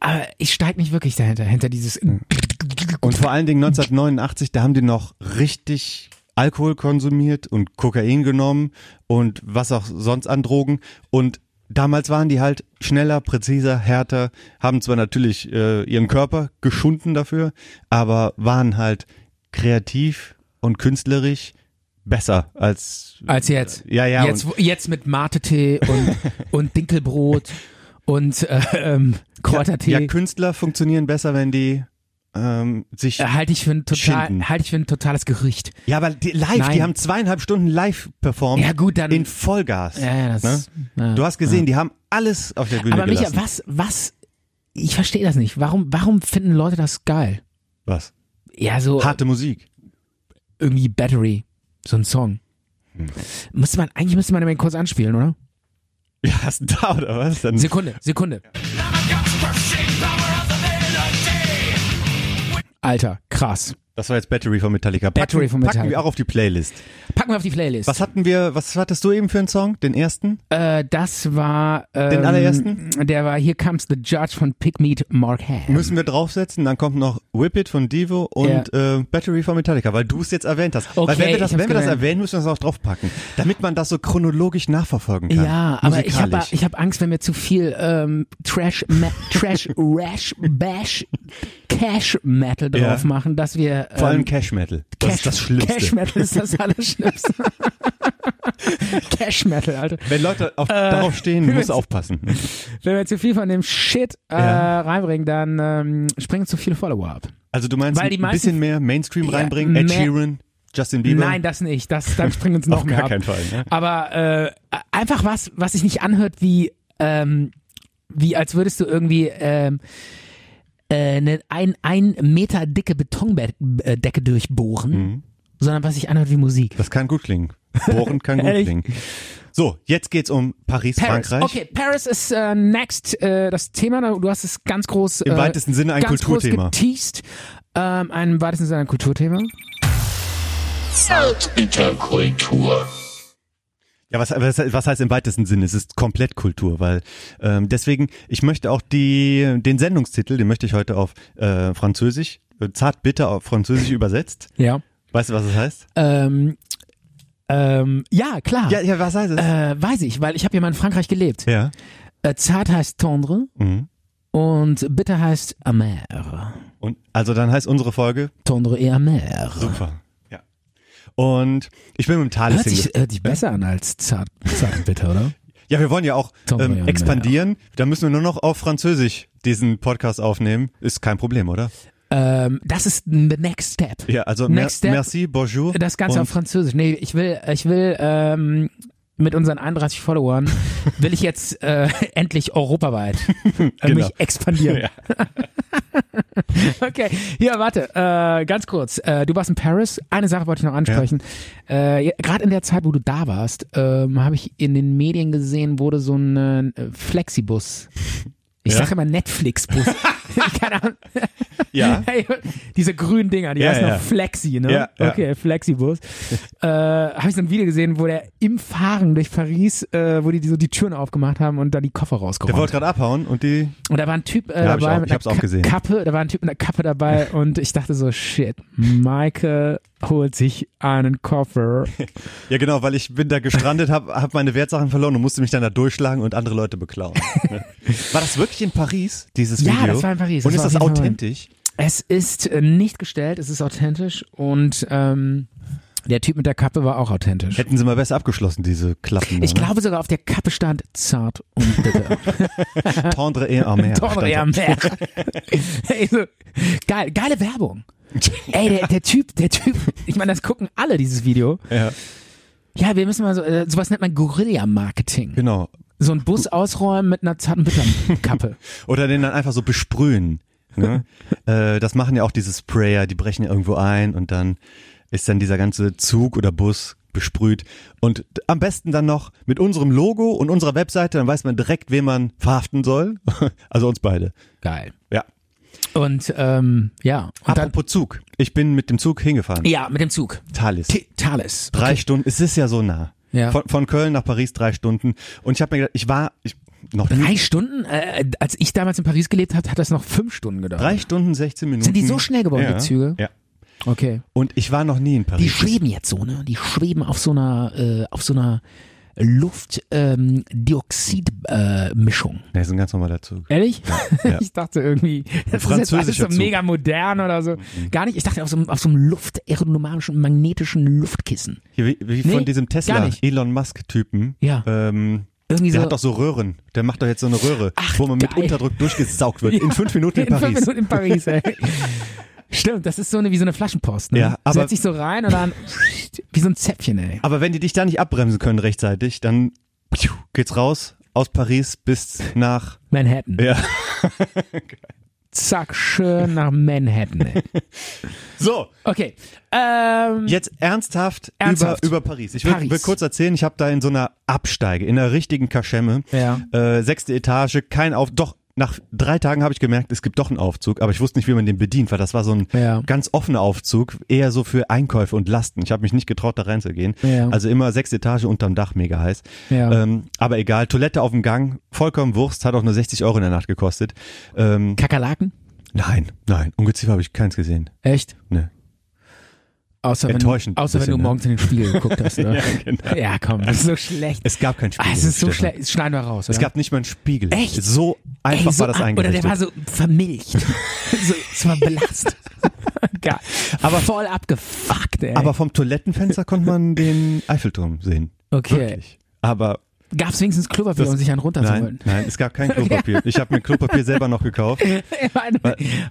S1: Aber ich steig nicht wirklich dahinter, hinter dieses.
S2: Hm. und vor allen Dingen 1989, da haben die noch richtig Alkohol konsumiert und Kokain genommen und was auch sonst an Drogen. Und damals waren die halt schneller, präziser, härter, haben zwar natürlich äh, ihren Körper geschunden dafür, aber waren halt kreativ und künstlerisch besser als.
S1: Als jetzt.
S2: Ja, ja,
S1: Jetzt, jetzt mit Mate-Tee und, und Dinkelbrot und äh, ähm, Kräutertee.
S2: ja, Künstler funktionieren besser, wenn die ähm, sich
S1: äh, halte ich für ein total,
S2: Schinden.
S1: halte ich für ein totales Gerücht.
S2: Ja, aber die, live,
S1: Nein.
S2: die haben zweieinhalb Stunden live performt.
S1: Ja, gut, dann-
S2: In Vollgas.
S1: Ja, ja, das- ja,
S2: Ne? du hast gesehen, die haben alles auf der Bühne
S1: Aber Micha,
S2: gelassen.
S1: was, was, ich verstehe das nicht. Warum, warum finden Leute das geil?
S2: was?
S1: Ja, so
S2: Harte Musik.
S1: irgendwie Battery, so ein Song.
S2: Hm.
S1: Müsste man, eigentlich müsste man den kurz anspielen, oder?
S2: Ja, hast du da oder was? Dann
S1: Sekunde, Sekunde. Alter, krass.
S2: das war jetzt Battery von Metallica. Packen,
S1: Battery von
S2: Packen
S1: Metallica.
S2: wir auch auf die Playlist.
S1: Packen wir auf die Playlist.
S2: Was hatten wir, was hattest du eben für einen Song? Den ersten?
S1: Äh, das war ähm,
S2: Den allerersten?
S1: Der war Here Comes the Judge von Pigmeat Mark Ham.
S2: Müssen wir draufsetzen, dann kommt noch Whip It von Devo und äh, Battery von Metallica, weil du es jetzt erwähnt hast. weil
S1: Okay,
S2: wenn wir das,
S1: ich hab's
S2: wenn wir das
S1: gemerkt.
S2: erwähnen, müssen wir das auch draufpacken, damit man das so chronologisch nachverfolgen kann.
S1: Ja, aber ich habe
S2: Musikalisch.
S1: ich hab Angst, wenn wir zu viel ähm, Trash, Ma Trash, Rash, Bash, Cash Metal
S2: Ja.
S1: drauf machen, dass wir ähm,
S2: Vor allem Cash Metal. Das
S1: Cash,
S2: ist das Schlimmste.
S1: Cash Metal ist das Allerschlimmste. Cash Metal, Alter.
S2: Wenn Leute
S1: Äh,
S2: auf, darauf stehen, muss aufpassen.
S1: Wenn wir zu viel von dem Shit äh,
S2: Ja.
S1: reinbringen, dann ähm, springen zu viele Follower ab.
S2: Also du meinst
S1: Weil die
S2: ein
S1: meisten-
S2: bisschen mehr Mainstream
S1: Ja,
S2: reinbringen, Ed
S1: mehr-
S2: Sheeran, Justin Bieber?
S1: Nein, das nicht. Das, dann springen wir uns noch
S2: Auf
S1: mehr
S2: gar
S1: ab.
S2: keinen Fall, ne?
S1: Aber äh, einfach was, was sich nicht anhört wie, ähm, wie als würdest du irgendwie ähm, äh, eine ein, ein Meter dicke Betondecke durchbohren,
S2: Mhm.
S1: sondern was sich anhört wie Musik.
S2: Das kann gut klingen. Bohren kann gut
S1: Ehrlich?
S2: klingen. So, jetzt geht's um Paris,
S1: Paris.
S2: Frankreich.
S1: Okay, Paris ist äh, next äh, das Thema. Du hast es ganz groß.
S2: Im
S1: äh,
S2: weitesten Sinne ein
S1: ganz
S2: Kulturthema.
S1: Groß geteased. Ähm, ein, Im weitesten Sinne ein Kulturthema.
S4: Interkultur.
S2: Ja, was, was, was heißt im weitesten Sinne? Es ist komplett Kultur, weil ähm, deswegen, ich möchte auch die, den Sendungstitel, den möchte ich heute auf äh, Französisch, äh, zart bitter auf Französisch übersetzt.
S1: Ja.
S2: Weißt du, was es heißt?
S1: Ähm, ähm, ja, klar.
S2: Ja, ja, was heißt es?
S1: Äh, weiß ich, weil ich habe ja mal in Frankreich gelebt.
S2: Ja.
S1: Äh, zart heißt tendre
S2: Mhm.
S1: und bitter heißt amer.
S2: Und also dann heißt unsere Folge
S1: Tendre et amer.
S2: Super. Ja. Und ich bin mit dem Thales
S1: Hört sich,
S2: hinge-
S1: hört sich besser an als zart, zart und bitter, oder?
S2: Ja, wir wollen ja auch
S1: Tom
S2: ähm,
S1: Bryan,
S2: expandieren. Da müssen wir nur noch auf Französisch diesen Podcast aufnehmen. Ist kein Problem, oder?
S1: ähm, das ist the next step.
S2: Ja, also mer
S1: Next step.
S2: merci, bonjour.
S1: Das Ganze
S2: und
S1: auf Französisch. Nee, ich will, ich will ähm, mit unseren 31 Followern will ich jetzt äh, endlich europaweit äh,
S2: Genau.
S1: mich expandieren.
S2: Ja.
S1: Okay, hier, warte, äh, ganz kurz. Äh, du warst in Paris. Eine Sache wollte ich noch ansprechen. Äh, ja, Gerade in der Zeit, wo du da warst, ähm, habe ich in den Medien gesehen, wurde so ein äh, Flexibus. Ich
S2: Ja?
S1: sage immer Netflix-Bus. Keine Ahnung.
S2: Ja.
S1: Hey, diese grünen Dinger, die
S2: Ja,
S1: heißen
S2: ja.
S1: noch Flexi, ne?
S2: Ja, ja.
S1: Okay, Flexibus. äh, habe ich so ein Video gesehen, wo der im Fahren durch Paris, äh, wo die so die Türen aufgemacht haben und da die Koffer rausgeräumt
S2: Der wollte gerade abhauen und die.
S1: und da war ein Typ äh,
S2: Ja, hab ich
S1: dabei
S2: auch-
S1: mit
S2: ich hab's
S1: einer
S2: auch
S1: Ka-
S2: gesehen.
S1: Kappe, da war ein Typ mit einer Kappe dabei und ich dachte so, shit, Maike holt sich einen Koffer.
S2: Ja, genau, weil ich bin da gestrandet, habe hab meine Wertsachen verloren und musste mich dann da durchschlagen und andere Leute beklauen. Ne? War das wirklich in Paris, dieses
S1: Ja,
S2: Video?
S1: das war in Paris.
S2: Und
S1: Das
S2: ist
S1: war
S2: das
S1: auf jeden Fall-
S2: authentisch?
S1: Es ist äh, nicht gestellt, es ist authentisch und ähm, der Typ mit der Kappe war auch authentisch.
S2: Hätten sie mal besser abgeschlossen, diese Klappen.
S1: Ich
S2: da, ne?
S1: glaube sogar auf der Kappe stand zart und bitter.
S2: Tendre et amer.
S1: Tendre et
S2: stand
S1: amer. Ey, so, geil, geile Werbung. Ey, der, der Typ, der Typ, ich meine, das gucken alle dieses Video.
S2: da. Ja,
S1: Ja, wir müssen mal so, äh, sowas nennt man Guerilla-Marketing.
S2: genau.
S1: so einen Bus ausräumen mit einer zarten Bitternkappe.
S2: Oder den dann einfach so besprühen. Ne? äh, das machen ja auch diese Sprayer, die brechen ja irgendwo ein und dann ist dann dieser ganze Zug oder Bus besprüht. Und d- am besten dann noch mit unserem Logo und unserer Webseite, dann weiß man direkt, wen man verhaften soll. also uns beide.
S1: Geil.
S2: Ja.
S1: Und ähm, ja, und dann,
S2: Apropos Zug. Ich bin mit dem Zug hingefahren.
S1: ja, mit dem Zug.
S2: Thalys.
S1: T Thales.
S2: Drei Stunden, es ist ja so nah.
S1: Ja.
S2: Von, von Köln nach Paris drei Stunden. Und ich habe mir gedacht, ich war ich, noch nie,
S1: Drei Stunden? Äh, als ich damals in Paris gelebt habe, hat das noch fünf Stunden gedauert.
S2: drei Stunden, 16 Minuten.
S1: die so schnell geworden, die
S2: ja,
S1: Züge?
S2: Ja.
S1: Okay.
S2: Und ich war noch nie in Paris.
S1: Die schweben jetzt so, ne? Die schweben auf so einer, äh, auf so einer ähm, äh, Luftdioxid-Mischung.
S2: Nee, ist ein ganz normaler Zug.
S1: Ehrlich?
S2: Ja.
S1: Ich dachte irgendwie, das ist jetzt alles
S2: französischer
S1: so
S2: Zug.
S1: mega modern oder so. Gar nicht. Ich dachte auf so, einem- auf so einem luftaerodynamischen, magnetischen Luftkissen.
S2: Hier, wie wie
S1: Nee,
S2: von diesem
S1: gar
S2: Tesla,
S1: nicht.
S2: Elon Musk-Typen.
S1: Ja.
S2: Ähm,
S1: Irgendwie
S2: der
S1: so.
S2: hat doch so Röhren. Der macht doch jetzt so eine Röhre,
S1: Ach,
S2: wo man mit
S1: geil.
S2: Unterdruck durchgesaugt wird. In fünf Minuten in,
S1: in
S2: Paris.
S1: fünf Minuten in Paris, ey. Stimmt, das ist so eine, wie so eine Flaschenpost, ne?
S2: Ja, aber-
S1: Setzt sich so rein und dann, wie so ein Zäpfchen, ey.
S2: Aber wenn die dich da nicht abbremsen können rechtzeitig, dann piu, geht's raus aus Paris bis nach.
S1: Manhattan.
S2: Ja.
S1: Zack, schön nach Manhattan, ey.
S2: So,
S1: Okay, ähm,
S2: jetzt ernsthaft,
S1: Ernsthaft.
S2: Über, über Paris. Ich will,
S1: Paris.
S2: will kurz erzählen, ich habe da in so einer Absteige, in einer richtigen Kaschemme,
S1: Ja.
S2: äh, sechste Etage, kein Auf, doch nach drei Tagen habe ich gemerkt, es gibt doch einen Aufzug, aber ich wusste nicht, wie man den bedient, weil das war so ein
S1: Ja.
S2: ganz offener Aufzug, eher so für Einkäufe und Lasten. Ich habe mich nicht getraut, da reinzugehen.
S1: Ja.
S2: Also immer sechste Etage unterm Dach, mega heiß.
S1: Ja.
S2: Ähm, aber egal, Toilette auf dem Gang, vollkommen Wurst, hat auch nur 60 Euro in der Nacht gekostet. Ähm,
S1: Mhm. Kakerlaken?
S2: nein, nein, ungeziefer habe ich keins gesehen.
S1: Echt?
S2: Ne.
S1: Außer wenn,
S2: Enttäuschend ein
S1: außer wenn
S2: bisschen,
S1: du
S2: ne? genau.
S1: morgens in den Spiegel geguckt hast, oder? ja, komm, das ist so schlecht.
S2: Es gab kein Spiegel.
S1: ah, es ist so
S2: Stefan.
S1: schlecht, das schneiden wir raus,
S2: Es
S1: oder?
S2: gab nicht mal einen Spiegel.
S1: Echt?
S2: So
S1: Ey,
S2: einfach
S1: so
S2: war das
S1: an- Oder
S2: eingerichtet.
S1: der war so vermilcht. so, es war belastet. Geil. Aber voll abgefuckt, ey.
S2: Aber vom Toilettenfenster konnte man den Eiffelturm sehen.
S1: Okay.
S2: Wirklich. Aber
S1: Gab's wenigstens Klopapier,
S2: Das-
S1: um sich einen runterzuholen?
S2: nein, nein, es gab kein Klopapier. Ich habe mir Klopapier selber noch gekauft.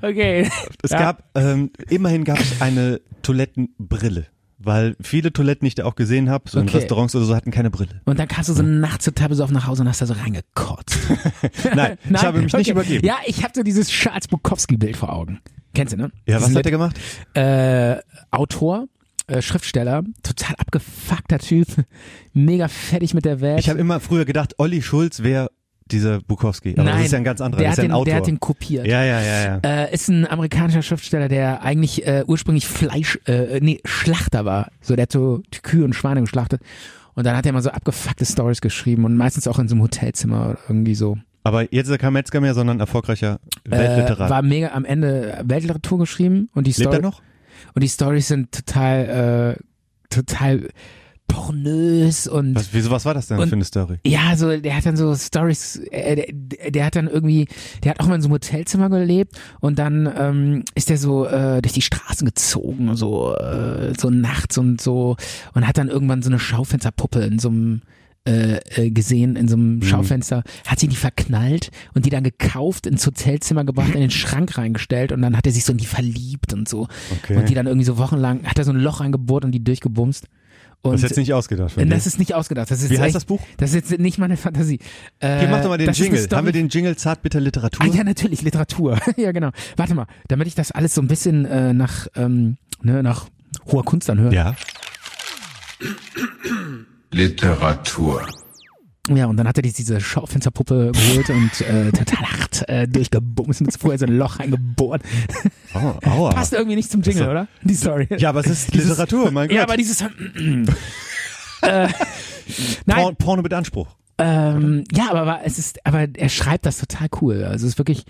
S1: okay.
S2: Es
S1: Ja.
S2: gab, ähm, immerhin gab es eine Toilettenbrille. weil viele Toiletten, die ich da auch gesehen habe, so in
S1: Okay.
S2: Restaurants oder so, hatten keine Brille.
S1: Und dann kamst du so
S2: Hm.
S1: nachts total besoffen nach Hause und hast da so reingekotzt.
S2: Nein, ich habe mich nicht
S1: okay.
S2: übergeben.
S1: Ja, ich habe so dieses Charles Bukowski-Bild vor Augen. Kennst du, ne?
S2: Ja, was
S1: Diesen
S2: hat er gemacht?
S1: äh, Autor, äh, Schriftsteller, total abgefuckter Typ, mega fertig mit der Welt.
S2: Ich habe immer früher gedacht, Olli Schulz wäre dieser Bukowski. Aber
S1: Nein,
S2: das ist ja ein ganz anderer,
S1: der
S2: das ist ja
S1: hat
S2: ein
S1: den,
S2: Autor.
S1: Der hat den kopiert.
S2: ja, ja, ja, ja.
S1: Äh, ist ein amerikanischer Schriftsteller, der eigentlich äh, ursprünglich Fleisch, äh, nee, Schlachter war. So, der hat so Kühe und Schweine geschlachtet. Und dann hat er immer so abgefuckte Stories geschrieben und meistens auch in so einem Hotelzimmer oder irgendwie so.
S2: Aber jetzt ist er kein Metzger mehr, sondern erfolgreicher Weltliterat.
S1: Äh, war mega am Ende äh, Weltliteratur geschrieben und die
S2: Lebt
S1: Story
S2: er noch?
S1: und die Stories sind total äh, total pornös und
S2: Was, wieso, was war das denn
S1: Und-
S2: für eine Story?
S1: Ja, so, der hat dann so Stories, äh, der, der hat dann irgendwie, der hat auch mal in so einem Hotelzimmer gelebt und dann ähm, ist der so äh, durch die Straßen gezogen, so, äh, so nachts und so und hat dann irgendwann so eine Schaufensterpuppe in so einem äh, äh, gesehen in so
S2: Mhm.
S1: einem Schaufenster, hat sie in die verknallt und die dann gekauft, ins Hotelzimmer gebracht, in den Schrank reingestellt und dann hat er sich so in die verliebt und so.
S2: Okay.
S1: Und die dann irgendwie so wochenlang, hat er so ein Loch reingebohrt und die durchgebumst. Und
S2: Das hättest du nicht ausgedacht von dir.
S1: das ist nicht ausgedacht. Das ist
S2: Wie heißt
S1: echt,
S2: das Buch?
S1: Das ist jetzt nicht meine Fantasie. Äh,
S2: Hier, mach doch mal den
S1: das ist eine
S2: Jingle.
S1: Story-
S2: Haben wir den Jingle Zartbitter
S1: Ah
S2: Literatur?
S1: ja, natürlich, Literatur. ja, genau. Warte mal, damit ich das alles so ein bisschen äh, nach, ähm, ne, nach hoher Kunst anhöre.
S2: ja.
S4: Literatur.
S1: Ja, und dann hat er die- diese Schaufensterpuppe geholt und äh, total hart äh, durchgebumst und vorher so ein Loch reingebohrt.
S2: Au- Oh, aua.
S1: Passt irgendwie nicht zum Jingle,
S2: so.
S1: oder? Die Story.
S2: Ja, aber es ist
S1: Dieses-
S2: Literatur, mein Gott.
S1: Ja, aber dieses... äh, nein,
S2: Porn, Porno mit Anspruch.
S1: Ähm, ja, aber, aber es ist, aber er schreibt das total cool. Also es ist wirklich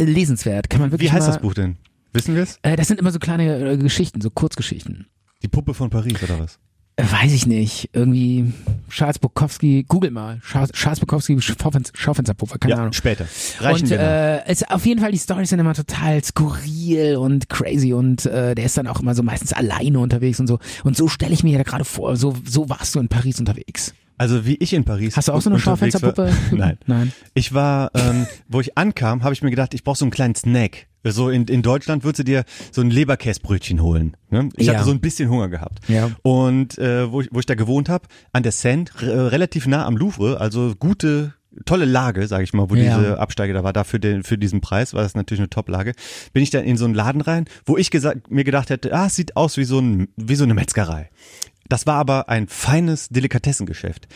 S1: lesenswert. Kann man wirklich.
S2: Wie heißt
S1: mal,
S2: das Buch denn? Wissen wir es?
S1: Äh, das sind immer so kleine äh, Geschichten, so Kurzgeschichten.
S2: Die Puppe von Paris oder was?
S1: Äh, weiß ich nicht. Irgendwie Charles Bukowski. Google mal. Charles, Charles Bukowski Schaufenz- Schaufensterpuffer. Keine
S2: ja,
S1: Ahnung.
S2: später. Reichen
S1: und
S2: wir nach.
S1: äh, es, auf jeden Fall, die Storys sind immer total skurril und crazy und äh, der ist dann auch immer so meistens alleine unterwegs und so. Und so stelle ich mir ja gerade vor, so, so warst du in Paris unterwegs.
S2: Also wie ich in Paris.
S1: Hast du auch so eine
S2: unterwegs war-
S1: Schaufensterpuppe?
S2: Nein.
S1: Nein.
S2: Ich war, ähm, wo ich ankam, habe ich mir gedacht, ich brauche so einen kleinen Snack. So in, in Deutschland würdest du dir so ein Leberkäsbrötchen holen. Ne? Ich
S1: Ja.
S2: hatte so ein bisschen Hunger gehabt.
S1: Ja.
S2: Und äh, wo, ich, wo ich da gewohnt habe, an der Seine, re- relativ nah am Louvre, also gute, tolle Lage, sage ich mal, wo
S1: Ja.
S2: diese Absteige da war. Da für, den, für diesen Preis war das natürlich eine Top-Lage. Bin ich dann in so einen Laden rein, wo ich gesagt, mir gedacht hätte, ah, es sieht aus wie so, ein, wie so eine Metzgerei. Das war aber ein feines Delikatessengeschäft.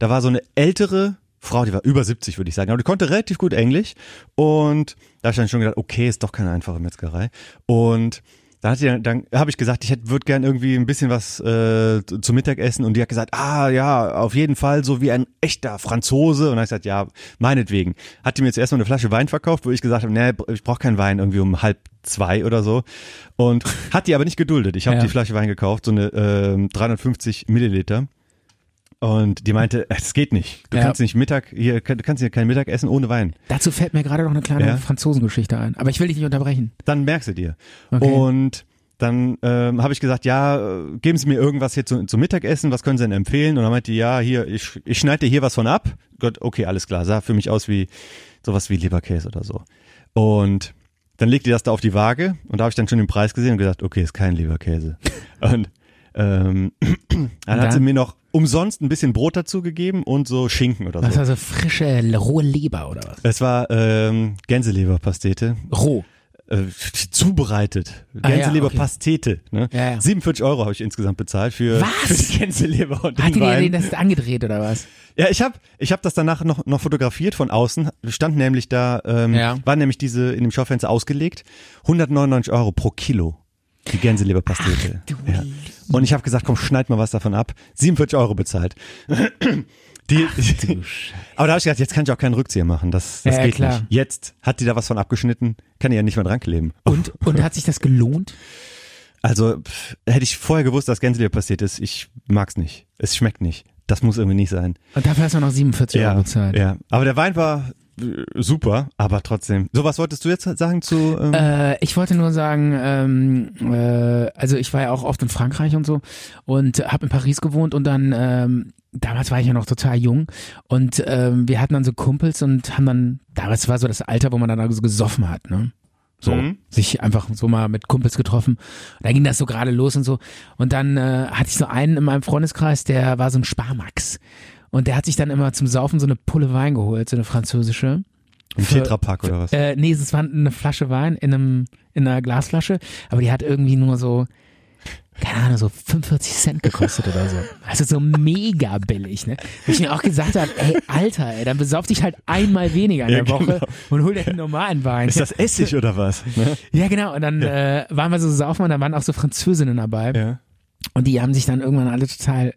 S2: Da war so eine ältere Frau, die war über 70, würde ich sagen, aber die konnte relativ gut Englisch. Und da habe ich dann schon gedacht, okay, ist doch keine einfache Metzgerei. Und da hat sie dann, dann habe ich gesagt, ich hätte würde gern irgendwie ein bisschen was äh, zu- zum Mittagessen und die hat gesagt, ah ja, auf jeden Fall so wie ein echter Franzose und dann habe ich gesagt, ja, meinetwegen. Hat die mir zuerst mal eine Flasche Wein verkauft, wo ich gesagt habe, nee, ich brauche keinen Wein irgendwie um halb zwei oder so und hat die aber nicht geduldet. Ich habe
S1: Ja.
S2: die Flasche Wein gekauft, so eine ähm, 350 Milliliter. Und die meinte, es geht nicht. Du
S1: Ja.
S2: kannst nicht Mittag, hier, du kannst hier kein Mittag essen ohne Wein.
S1: Dazu fällt mir gerade noch eine kleine
S2: Ja.
S1: Franzosengeschichte ein. Aber ich will dich nicht unterbrechen.
S2: Dann merkst du dir.
S1: Okay.
S2: Und dann ähm, habe ich gesagt, ja, äh, geben Sie mir irgendwas hier zu, zum Mittagessen, was können Sie denn empfehlen? Und dann meinte die, ja, hier, ich, ich schneide dir hier was von ab. Gott, okay, alles klar, sah für mich aus wie sowas wie Leberkäse oder so. Und dann legte die das da auf die Waage und da habe ich dann schon den Preis gesehen und gesagt, okay, ist kein Leberkäse. und ähm, dann,
S1: dann?
S2: hat sie mir noch umsonst ein bisschen Brot dazu gegeben und so Schinken oder
S1: Das
S2: so.
S1: war so frische, l- rohe Leber oder was?
S2: Es war ähm, Gänseleberpastete
S1: Roh.
S2: äh, zubereitet.
S1: Ah, ja,
S2: Gänseleberpastete. ne?
S1: Ja, ja.
S2: 47 Euro habe ich insgesamt bezahlt für,
S1: Was?
S2: für die Gänseleber und
S1: Hat
S2: den
S1: die dir
S2: Wein.
S1: den das angedreht oder was?
S2: ja, ich habe ich hab das danach noch, noch fotografiert von außen. Stand nämlich da, ähm,
S1: Ja.
S2: waren nämlich diese in dem Schaufenster ausgelegt. 199 Euro pro Kilo. Die Gänseleberpastete.
S1: du
S2: ja. Und ich habe gesagt, komm, schneid mal was davon ab. 47 Euro bezahlt. Die, aber da habe ich gedacht, jetzt kann ich auch keinen Rückzieher machen. Das, das
S1: Ja, ja,
S2: geht
S1: klar.
S2: nicht. Jetzt hat die da was von abgeschnitten, kann die ja nicht mehr dran kleben.
S1: Und, und hat sich das gelohnt?
S2: Also pff, hätte ich vorher gewusst, dass Gänseleber passiert ist, ich mag's nicht. Es schmeckt nicht. Das muss irgendwie nicht sein.
S1: Und dafür hast du noch 47 Euro bezahlt.
S2: ja. Aber der Wein war äh, super, aber trotzdem. So, was wolltest du jetzt sagen zu ähm,
S1: Äh, ich wollte nur sagen, ähm, äh, also ich war ja auch oft in Frankreich und so und habe in Paris gewohnt und dann, ähm, damals war ich ja noch total jung und ähm, wir hatten dann so Kumpels und haben dann, damals war so das Alter, wo man dann so also gesoffen hat, ne? So,
S2: Mhm.
S1: sich einfach so mal mit Kumpels getroffen. Und da ging das so gerade los und so. Und dann äh, hatte ich so einen in meinem Freundeskreis, der war so ein Sparmax. Und der hat sich dann immer zum Saufen so eine Pulle Wein geholt, so eine französische.
S2: Im
S1: Für-
S2: Tetrapack oder was?
S1: Äh, nee, es war eine Flasche Wein in einem in einer Glasflasche, aber die hat irgendwie nur so keine Ahnung, so 45 Cent gekostet oder so. Also so mega billig, ne? Wo ich mir auch gesagt habe, ey, Alter, ey, dann besauf dich halt einmal weniger in
S2: Ja,
S1: der Woche
S2: genau.
S1: und hol dir einen normalen Wein.
S2: Ist das Essig oder was? Ne?
S1: ja, genau. Und dann äh, waren wir so saufen und da waren auch so Französinnen dabei. Und die haben sich dann irgendwann alle total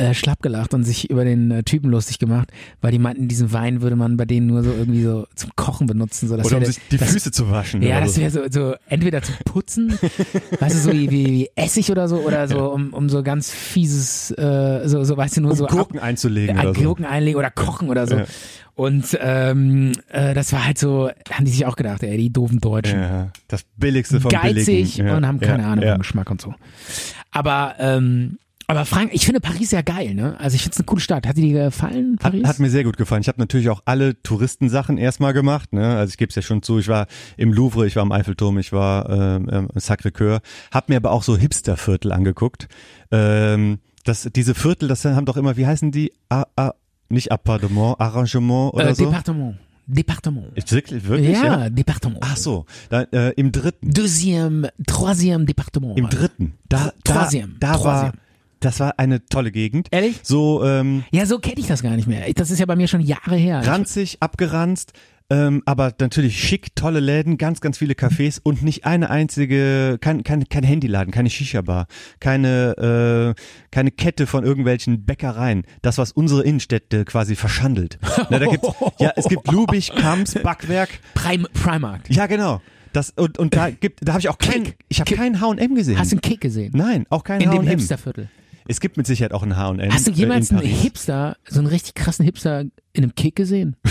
S1: äh, schlapp gelacht und sich über den äh, Typen lustig gemacht, weil die meinten, diesen Wein würde man bei denen nur so irgendwie so zum Kochen benutzen. So, das
S2: Oder um
S1: wäre-
S2: sich die
S1: Also das,
S2: Füße zu waschen.
S1: Ja,
S2: oder
S1: das
S2: so.
S1: wäre so, so entweder zum Putzen, weißt du, so wie, wie, wie Essig oder so, oder so um, um so ganz fieses, äh, so, so weißt du, nur so ab-
S2: Um Gurken einzulegen oder
S1: äh,
S2: so.
S1: Gurken einlegen oder kochen oder so.
S2: Ja.
S1: Und ähm, äh, das war halt so, haben die sich auch gedacht, ey, die doofen Deutschen
S2: Ja, das Billigste vom
S1: geizig
S2: Billigen. Ja,
S1: und haben keine
S2: ja,
S1: Ahnung
S2: ja.
S1: vom Geschmack und so. Aber, ähm, aber Frank, ich finde Paris ja geil, ne? Also ich finde es eine coole Stadt. Hat dir die gefallen,
S2: Hat,
S1: Paris?
S2: hat mir sehr gut gefallen. Ich habe natürlich auch alle Touristensachen erstmal gemacht. Ne? Also ich gebe es ja schon zu, ich war im Louvre, ich war im Eiffelturm, ich war ähm, ähm, im Sacré-Cœur, habe mir aber auch so Hipsterviertel angeguckt. Ähm, das, diese Viertel, das haben doch immer, wie heißen die? A, a, nicht Appartement, Arrangement oder
S1: äh,
S2: so?
S1: Departement. Departement.
S2: Ist wirklich, wirklich, ja? Ah.
S1: ja, Departement.
S2: Ach so, da, äh, im dritten,
S1: Deuxième, troisième Departement.
S2: im dritten, da, da,
S1: Troisième,
S2: da war,
S1: troisième.
S2: das war eine tolle Gegend.
S1: Ehrlich?
S2: So, ähm,
S1: Ja, so kenne ich das gar nicht mehr. Das ist ja bei mir schon Jahre her.
S2: ranzig, abgeranzt, ähm, aber natürlich schick, tolle Läden, ganz, ganz viele Cafés und nicht eine einzige, kein, kein, kein Handyladen, keine Shisha-Bar, keine, äh, keine Kette von irgendwelchen Bäckereien. Das, was unsere Innenstädte quasi verschandelt. Na, da gibt's, ja, es gibt Lubich, Kamps, Backwerk.
S1: Prim Primark.
S2: Ja, genau. Das, und, und da gibt, da habe ich auch kein,
S1: Kick.
S2: ich habe
S1: Kick.
S2: keinen H&M gesehen.
S1: Hast du einen Kick gesehen?
S2: Nein, auch kein
S1: in dem
S2: H&M.
S1: Hipsterviertel.
S2: Es gibt mit Sicherheit auch ein H&M.
S1: Hast du
S2: äh,
S1: jemals
S2: in
S1: einen
S2: Paris.
S1: Hipster, so einen richtig krassen Hipster in einem Kick gesehen?
S2: Äh,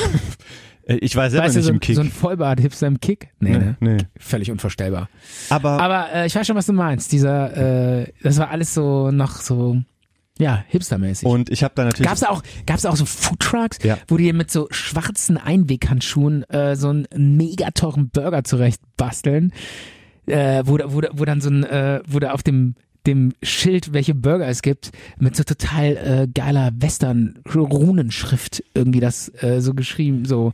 S2: Ich war selber
S1: weißt du,
S2: nicht
S1: so,
S2: im
S1: ein-
S2: Kick.
S1: so ein Vollbart-Hipster im Kick? Nee,
S2: Nee, Ah.
S1: ne?
S2: nee.
S1: Völlig unvorstellbar.
S2: aber,
S1: Aber äh, ich weiß schon, was du meinst. Dieser, äh, das war alles so noch so, ja, hipstermäßig.
S2: und ich habe da natürlich
S1: Gab's da auch, gab's da auch so Foodtrucks,
S2: Ja.
S1: wo du dir mit so schwarzen Einweghandschuhen äh, so einen mega teuren Burger zurecht basteln, äh, wo, da- wo, da- wo dann so ein, äh, wo da auf dem dem Schild, welche Burger es gibt, mit so total äh, geiler Western-Runenschrift irgendwie das äh, so geschrieben, so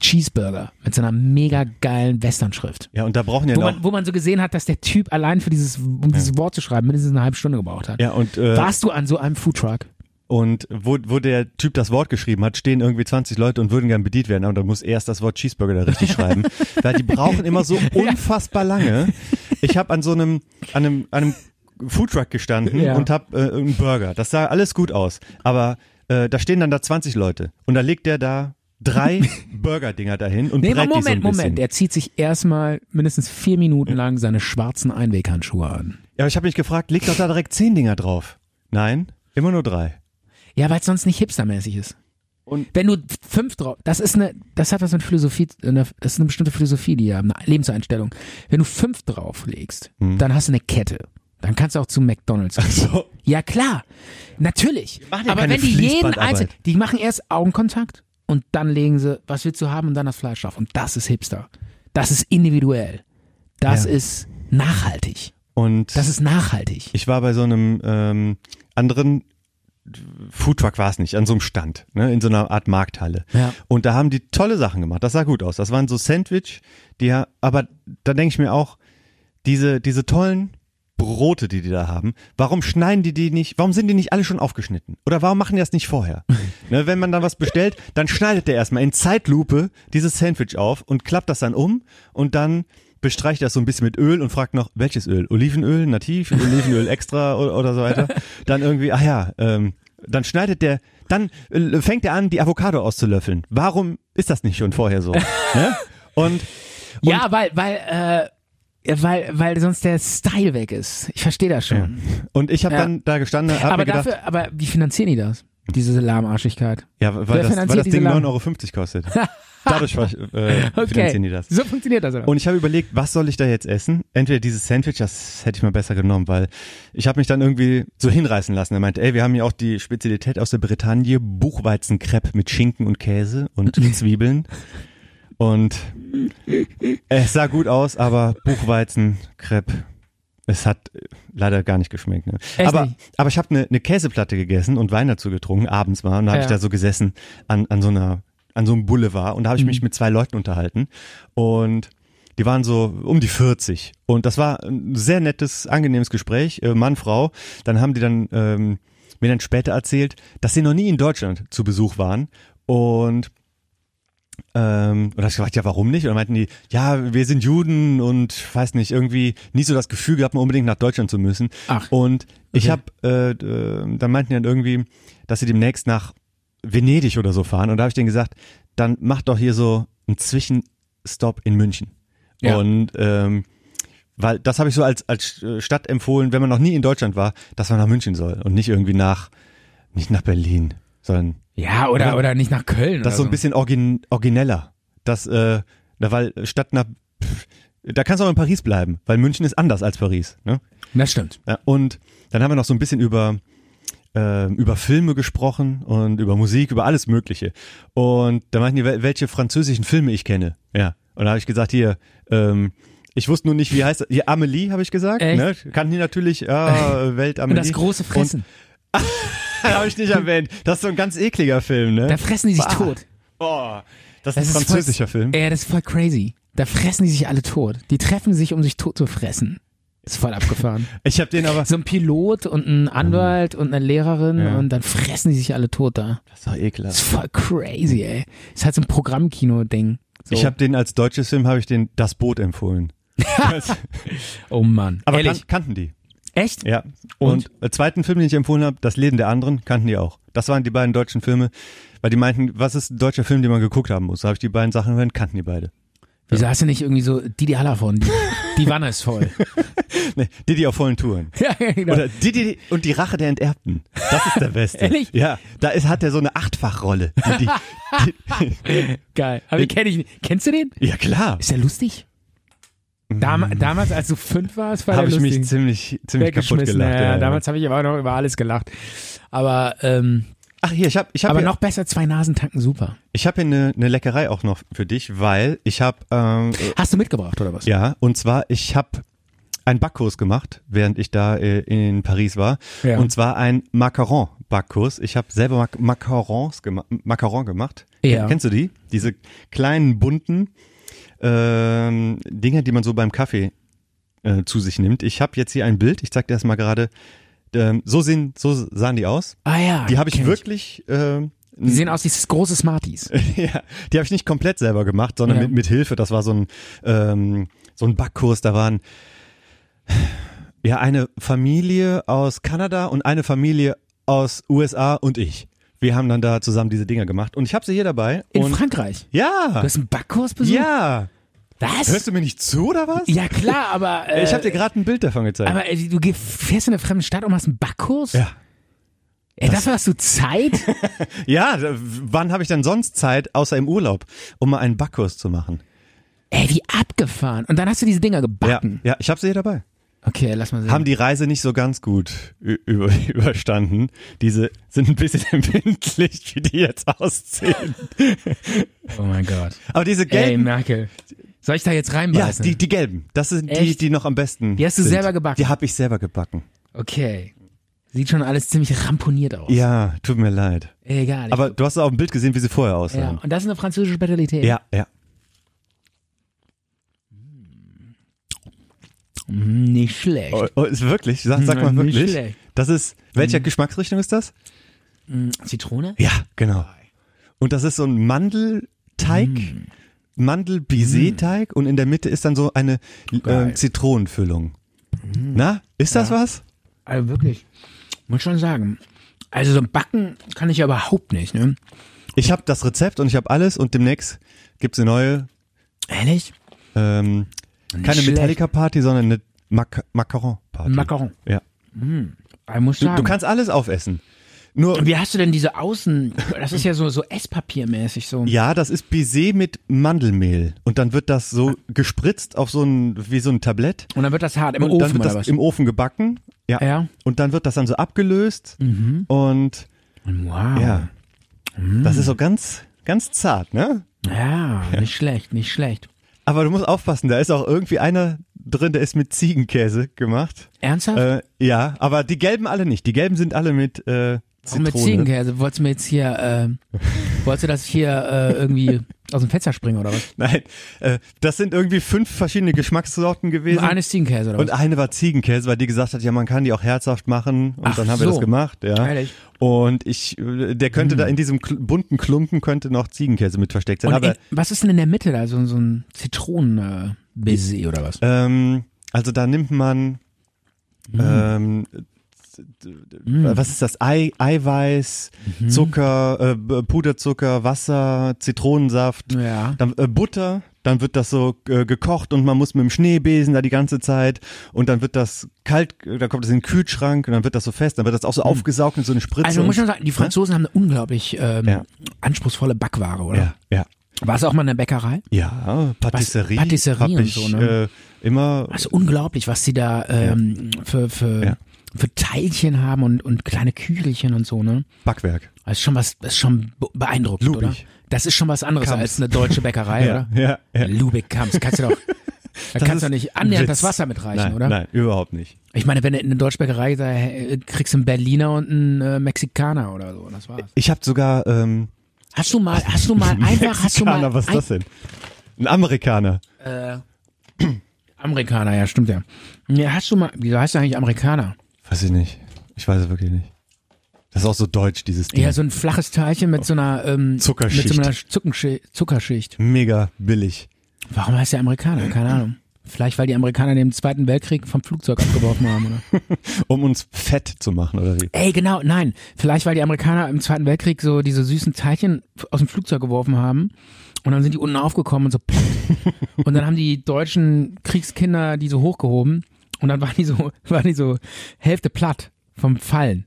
S1: Cheeseburger mit so einer mega geilen Western-Schrift.
S2: Ja, und da brauchen ja
S1: Wo,
S2: noch.
S1: man, wo man so gesehen hat, dass der Typ allein für dieses, um dieses Wort zu schreiben, mindestens eine halbe Stunde gebraucht hat.
S2: ja, und, äh,
S1: Warst du an so einem Foodtruck?
S2: und wo, wo der Typ das Wort geschrieben hat, stehen irgendwie 20 Leute und würden gern bedient werden, aber dann muss erst das Wort Cheeseburger da richtig schreiben. Weil die brauchen immer so unfassbar lange. Ich habe an so einem, an einem, an einem Foodtruck gestanden
S1: Ja.
S2: und habe äh, einen Burger. Das sah alles gut aus. Aber äh, da stehen dann da 20 Leute und da legt der da drei Burger-Dinger dahin und
S1: Nee, aber
S2: brät die so ein
S1: Moment,
S2: bisschen.
S1: Moment. Er zieht sich erstmal mindestens vier Minuten lang seine schwarzen Einweghandschuhe an.
S2: Ja, aber ich habe mich gefragt, legt doch da direkt 10 Dinger drauf. Nein, immer nur drei.
S1: Ja, weil es sonst nicht hipstermäßig ist.
S2: Und-
S1: Wenn du fünf drauf, das ist eine, das hat was mit Philosophie, das ist eine bestimmte Philosophie, die ja, eine Lebenseinstellung. Wenn du fünf drauflegst, dann hast du eine Kette. Dann kannst du auch zu McDonalds gehen.
S2: Hm. So.
S1: Ja, klar. Natürlich.
S2: machen ja
S1: Aber
S2: keine
S1: wenn die jeden
S2: Fließbandarbeit.
S1: einzeln, die machen erst Augenkontakt und dann legen sie, was willst du haben und dann das Fleisch drauf. Und das ist Hipster. Das ist individuell. Das
S2: Ja.
S1: ist nachhaltig.
S2: Und
S1: Das ist nachhaltig.
S2: Ich war bei so einem ähm, anderen Foodtruck war es nicht, an so einem Stand, ne, in so einer Art Markthalle.
S1: Ja.
S2: Und da haben die tolle Sachen gemacht. Das sah gut aus. Das waren so Sandwich, die ja, aber da denke ich mir auch, diese, diese tollen Brote, die die da haben, warum schneiden die die nicht, warum sind die nicht alle schon aufgeschnitten? Oder warum machen die das nicht vorher? ne, wenn man dann was bestellt, dann schneidet der erstmal in Zeitlupe dieses Sandwich auf und klappt das dann um und dann bestreicht das so ein bisschen mit Öl und fragt noch, welches Öl? Olivenöl nativ, Olivenöl extra oder, oder so weiter. Dann irgendwie, ah ja, ähm, dann schneidet der, dann äh, fängt er an, die Avocado auszulöffeln. Warum ist das nicht schon vorher so? ne? Und
S1: Ja, weil, weil, äh, weil, weil sonst der Style weg ist. Ich verstehe das schon.
S2: Und ich habe
S1: Ja.
S2: dann da gestanden, habe
S1: aber
S2: mir gedacht,
S1: dafür, aber wie finanzieren die das? Diese lahmarschigkeit.
S2: ja, weil
S1: wer
S2: das, weil
S1: finanziert
S2: das
S1: diese
S2: Ding
S1: Laden?
S2: 9,50 Euro kostet. Dadurch äh, finanzieren die das.
S1: So funktioniert das aber.
S2: Und ich habe überlegt, was soll ich da jetzt essen? Entweder dieses Sandwich, das hätte ich mal besser genommen, weil ich habe mich dann irgendwie so hinreißen lassen. Er meinte, ey, wir haben hier auch die Spezialität aus der Bretagne, Buchweizenkrepp mit Schinken und Käse und Zwiebeln. Und es sah gut aus, aber Buchweizen, Crepe. Es hat äh, leider gar nicht geschmeckt. Ne?
S1: Echt
S2: Aber,
S1: nicht?
S2: aber ich habe eine ne Käseplatte gegessen und Wein dazu getrunken, abends mal. Und da habe
S1: Ja.
S2: ich da so gesessen an, an so einer an so einem Boulevard und da habe ich mich mit zwei Leuten unterhalten und die waren so um die 40 und das war ein sehr nettes, angenehmes Gespräch, äh, Mann, Frau. Dann haben die dann ähm, mir dann später erzählt, dass sie noch nie in Deutschland zu Besuch waren und ähm, und da hab ich gefragt, ja, warum nicht? Und dann meinten die, ja, wir sind Juden und weiß nicht, irgendwie nie so das Gefühl gehabt, mal unbedingt nach Deutschland zu müssen.
S1: Ach.
S2: Und ich
S1: Okay.
S2: habe, äh, äh, dann meinten die dann irgendwie, dass sie demnächst nach Venedig oder so fahren. Und da habe ich denen gesagt, dann macht doch hier so einen Zwischenstopp in München.
S1: Ja.
S2: Und ähm, weil das habe ich so als, als äh, Stadt empfohlen, wenn man noch nie in Deutschland war, dass man nach München soll und nicht irgendwie nach, nicht nach Berlin, sondern
S1: Ja, oder, oder nicht nach Köln.
S2: das
S1: oder
S2: ist so ein bisschen origin origineller. Das, äh, na, weil statt nach, pff, da kannst du auch in Paris bleiben, weil München ist anders als Paris. Ne?
S1: Das stimmt.
S2: Ja, und dann haben wir noch so ein bisschen über, äh, über Filme gesprochen und über Musik, über alles Mögliche. Und da meinten die, wel- welche französischen Filme ich kenne. Ja. Und da habe ich gesagt, hier, ähm, ich wusste nur nicht, wie heißt das. Hier, Amelie, habe ich gesagt.
S1: Echt?
S2: Ne? Kann die natürlich, ja, Welt
S1: Und
S2: Amelie.
S1: das große Fressen.
S2: Und- Habe ich nicht erwähnt. Das ist so ein ganz ekliger Film, ne?
S1: da fressen die sich
S2: Bah.
S1: tot.
S2: Oh, das,
S1: Das
S2: ist ein
S1: voll-
S2: französischer Film.
S1: Ja, das ist voll crazy. Da fressen die sich alle tot. Die treffen sich, um sich tot zu fressen. Ist voll abgefahren.
S2: Ich habe den aber.
S1: So ein Pilot und ein Anwalt und eine Lehrerin
S2: Ja.
S1: und dann fressen die sich alle tot da.
S2: Das ist doch
S1: Das
S2: ekelhaft.
S1: ist voll crazy, ey. Ist halt so ein Programmkino-Ding. So.
S2: Ich habe den als deutsches Film habe ich den Das Boot empfohlen.
S1: oh Mann.
S2: Aber kan
S1: Ehrlich?
S2: kannten die.
S1: Echt?
S2: Ja. Und,
S1: Und?
S2: äh, zweiten Film, den ich empfohlen habe, Das Leben der anderen, kannten die auch. Das waren die beiden deutschen Filme, weil die meinten, was ist ein deutscher Film, den man geguckt haben muss? Da habe ich die beiden Sachen empfohlen, kannten die beide.
S1: Wieso hast du nicht irgendwie so Didi Hallervorden? Die, die Wanne ist voll.
S2: Nee, Didi auf vollen Touren.
S1: ja, genau.
S2: Oder Didi und die Rache der Enterbten. Das ist der Beste.
S1: Ehrlich?
S2: Ja, da ist, hat er so eine Achtfachrolle. Die, die,
S1: Geil. Aber den kenn ich nicht. Kennst du den?
S2: die, ja klar,
S1: Ist der lustig? Dam damals, als du fünf warst, war der
S2: habe ich
S1: lustig.
S2: mich ziemlich, ziemlich kaputt
S1: weggeschmissen.
S2: gelacht.
S1: ja, ja. Damals habe ich aber auch noch über alles gelacht. Aber, ähm,
S2: Ach hier, ich habe ich hab
S1: aber
S2: hier-
S1: noch besser zwei Nasen tanken super.
S2: Ich habe hier eine ne Leckerei auch noch für dich, weil ich habe, ähm, äh,
S1: Hast du mitgebracht oder was?
S2: ja, und zwar, ich habe einen Backkurs gemacht, während ich da äh, in Paris war.
S1: Ja.
S2: Und zwar ein Macaron-Backkurs. Ich habe selber Mac Macarons gema Macaron gemacht.
S1: Ja.
S2: Kennst du die? Diese kleinen, bunten ähm, Dinger, die man so beim Kaffee äh, zu sich nimmt. Ich habe jetzt hier ein Bild, ich zeig dir das mal gerade. Ähm, so, sehen, so sahen die aus.
S1: Ah ja.
S2: Die habe ich
S1: kenn
S2: wirklich... ähm,
S1: Die sehen aus wie große Smarties.
S2: ja, die habe ich nicht komplett selber gemacht, sondern
S1: Ja.
S2: mit, mit Hilfe. Das war so ein, ähm, so ein Backkurs. Da waren ja eine Familie aus Kanada und eine Familie aus USA und ich. Wir haben dann da zusammen diese Dinger gemacht und ich habe sie hier dabei.
S1: In
S2: und
S1: Frankreich. Du
S2: ja,
S1: hast einen Backkurs besucht?
S2: ja.
S1: Was?
S2: Hörst du mir nicht zu oder was?
S1: Ja klar, aber äh,
S2: Ich habe dir gerade ein Bild davon gezeigt.
S1: aber äh, du geh- fährst in eine fremde Stadt und machst einen Backkurs?
S2: ja.
S1: Ey, dafür hast du Zeit?
S2: ja, da- wann habe ich denn sonst Zeit, außer im Urlaub, um mal einen Backkurs zu machen?
S1: Ey, wie abgefahren. Und dann hast du diese Dinger
S2: Ja,
S1: gebacken.
S2: ja ich habe sie hier dabei.
S1: Okay, lass mal sehen.
S2: haben die Reise nicht so ganz gut ü- über, überstanden. Diese sind ein bisschen empfindlich, wie die jetzt aussehen.
S1: oh mein Gott.
S2: Aber diese
S1: Ey,
S2: gelben,
S1: Merkel. Soll ich da jetzt
S2: ja,
S1: reinbeißen?
S2: die, die gelben, das sind die,
S1: Echt?
S2: die noch am besten.
S1: Die hast du
S2: sind.
S1: selber gebacken?
S2: Die habe ich selber gebacken.
S1: okay. Sieht schon alles ziemlich ramponiert aus.
S2: Ja, tut mir leid.
S1: Egal. ich-
S2: Aber du hast auch ein Bild gesehen, wie sie vorher
S1: ja.
S2: aussahen.
S1: Und das ist eine französische Spezialität.
S2: Ja, ja.
S1: Mm, Nicht schlecht.
S2: Oh, oh, ist wirklich, sag, sag mal
S1: Hm, Nicht
S2: wirklich.
S1: schlecht. Hm.
S2: Das ist, welcher Geschmacksrichtung ist das?
S1: Zitrone?
S2: Ja, genau. Und das ist so ein Mandelteig,
S1: Mm.
S2: Mandel-Baiser-Teig und in der Mitte ist dann so eine
S1: Geil. Mm.
S2: ähm, Zitronenfüllung. Na, ist das was?
S1: Also wirklich, muss schon sagen. Also so ein Backen kann ich ja überhaupt nicht, ne?
S2: Ich habe das Rezept und ich habe alles und demnächst gibt's eine neue,
S1: Ehrlich?
S2: ähm, keine
S1: schlecht.
S2: Metallica-Party, sondern eine Mac Macaron-Party.
S1: Ein Macaron.
S2: Ja.
S1: Ich muss
S2: Du,
S1: sagen.
S2: du kannst alles aufessen. Nur,
S1: Und wie hast du denn diese Außen... Das ist ja so, so Esspapiermäßig so.
S2: ja, das ist Baiser mit Mandelmehl und dann wird das so gespritzt auf so ein, wie so ein Tablett.
S1: Und dann wird das hart im
S2: und
S1: Ofen
S2: dann wird
S1: oder
S2: das
S1: was?
S2: im Ofen gebacken. Ja.
S1: Ja. Mhm.
S2: Und dann wird das dann so abgelöst. Und
S1: wow. Mhm.
S2: ja. Das ist so ganz, ganz zart, ne?
S1: Ja, nicht schlecht, nicht schlecht.
S2: Aber du musst aufpassen, da ist auch irgendwie einer drin, der ist mit Ziegenkäse gemacht.
S1: Ernsthaft?
S2: Äh, ja, aber die gelben alle nicht. Die gelben sind alle mit äh,
S1: Warum
S2: Zitrone.
S1: mit Ziegenkäse? Wolltest du mir jetzt hier, äh, wolltest du, dass ich hier äh, irgendwie aus dem Fenster springe oder was?
S2: Nein, äh, das sind irgendwie fünf verschiedene Geschmackssorten gewesen.
S1: Eine ist Ziegenkäse oder
S2: und
S1: was?
S2: eine war Ziegenkäse, weil die gesagt hat, ja, man kann die auch herzhaft machen. Und
S1: Ach
S2: dann haben wir
S1: so.
S2: das gemacht, ja.
S1: Ehrlich?
S2: Und ich, äh, der könnte da in diesem kl bunten Klumpen könnte noch Ziegenkäse mit versteckt sein.
S1: Und
S2: aber
S1: in, was ist denn in der Mitte da? So, so ein zitronen äh, oder was?
S2: Ähm, also da nimmt man,
S1: Mhm.
S2: ähm, was ist das? Ei, Eiweiß,
S1: Mhm.
S2: Zucker, äh, B- Puderzucker, Wasser, Zitronensaft,
S1: Ja.
S2: dann äh, Butter. Dann wird das so äh, gekocht und man muss mit dem Schneebesen da die ganze Zeit und dann wird das kalt, äh, dann kommt das in den Kühlschrank und dann wird das so fest, dann wird das auch so aufgesaugt in so eine Spritze.
S1: Mhm. Also man muss
S2: und, ne?
S1: schon sagen, die Franzosen haben eine unglaublich ähm,
S2: Ja.
S1: anspruchsvolle Backware, oder?
S2: ja, ja,
S1: War es auch mal in der Bäckerei?
S2: ja, Patisserie,
S1: Patisserie
S2: hab
S1: und
S2: ich
S1: so, ne?
S2: äh, immer
S1: Also unglaublich, was sie da ähm, für, für,
S2: Ja.
S1: für Teilchen haben und, und kleine Kügelchen und so, ne?
S2: Backwerk.
S1: Das ist schon was, das ist schon be- beeindruckend,
S2: Lubig.
S1: oder? Das ist schon was anderes
S2: Kamps.
S1: als eine deutsche Bäckerei,
S2: Ja,
S1: oder?
S2: ja, ja.
S1: Lubig Kamps, kannst du doch, da
S2: Das
S1: kannst du
S2: ist
S1: doch nicht annähernd
S2: ein
S1: das
S2: Witz.
S1: Wasser mitreichen,
S2: nein,
S1: oder?
S2: Nein, überhaupt nicht.
S1: Ich meine, wenn du in eine deutsche Bäckerei da äh, kriegst du einen Berliner und einen äh, Mexikaner oder so, das war's.
S2: Ich habe sogar ähm,
S1: Hast du mal, hast du mal einfach, hast du mal
S2: Mexikaner, was ist
S1: ein,
S2: das denn? Ein Amerikaner.
S1: Amerikaner, ja, stimmt ja. ja. Hast du mal, wieso heißt du eigentlich Amerikaner?
S2: Weiß ich nicht. Ich weiß es wirklich nicht. Das ist auch so deutsch, dieses Ding.
S1: Ja, so ein flaches Teilchen mit so einer ähm,
S2: Zuckerschicht.
S1: Mit so einer Zuckenschi- Zuckerschicht.
S2: Mega billig.
S1: Warum heißt der Amerikaner? Keine Ahnung. Vielleicht, weil die Amerikaner in dem Zweiten Weltkrieg vom Flugzeug abgeworfen haben, oder?
S2: Um uns fett zu machen, oder wie?
S1: Ey, genau, nein. Vielleicht, weil die Amerikaner im Zweiten Weltkrieg so diese süßen Teilchen f- aus dem Flugzeug geworfen haben. Und dann sind die unten aufgekommen und so. platt. und dann haben die deutschen Kriegskinder die so hochgehoben. Und dann waren die so, waren die so Hälfte platt vom Fallen.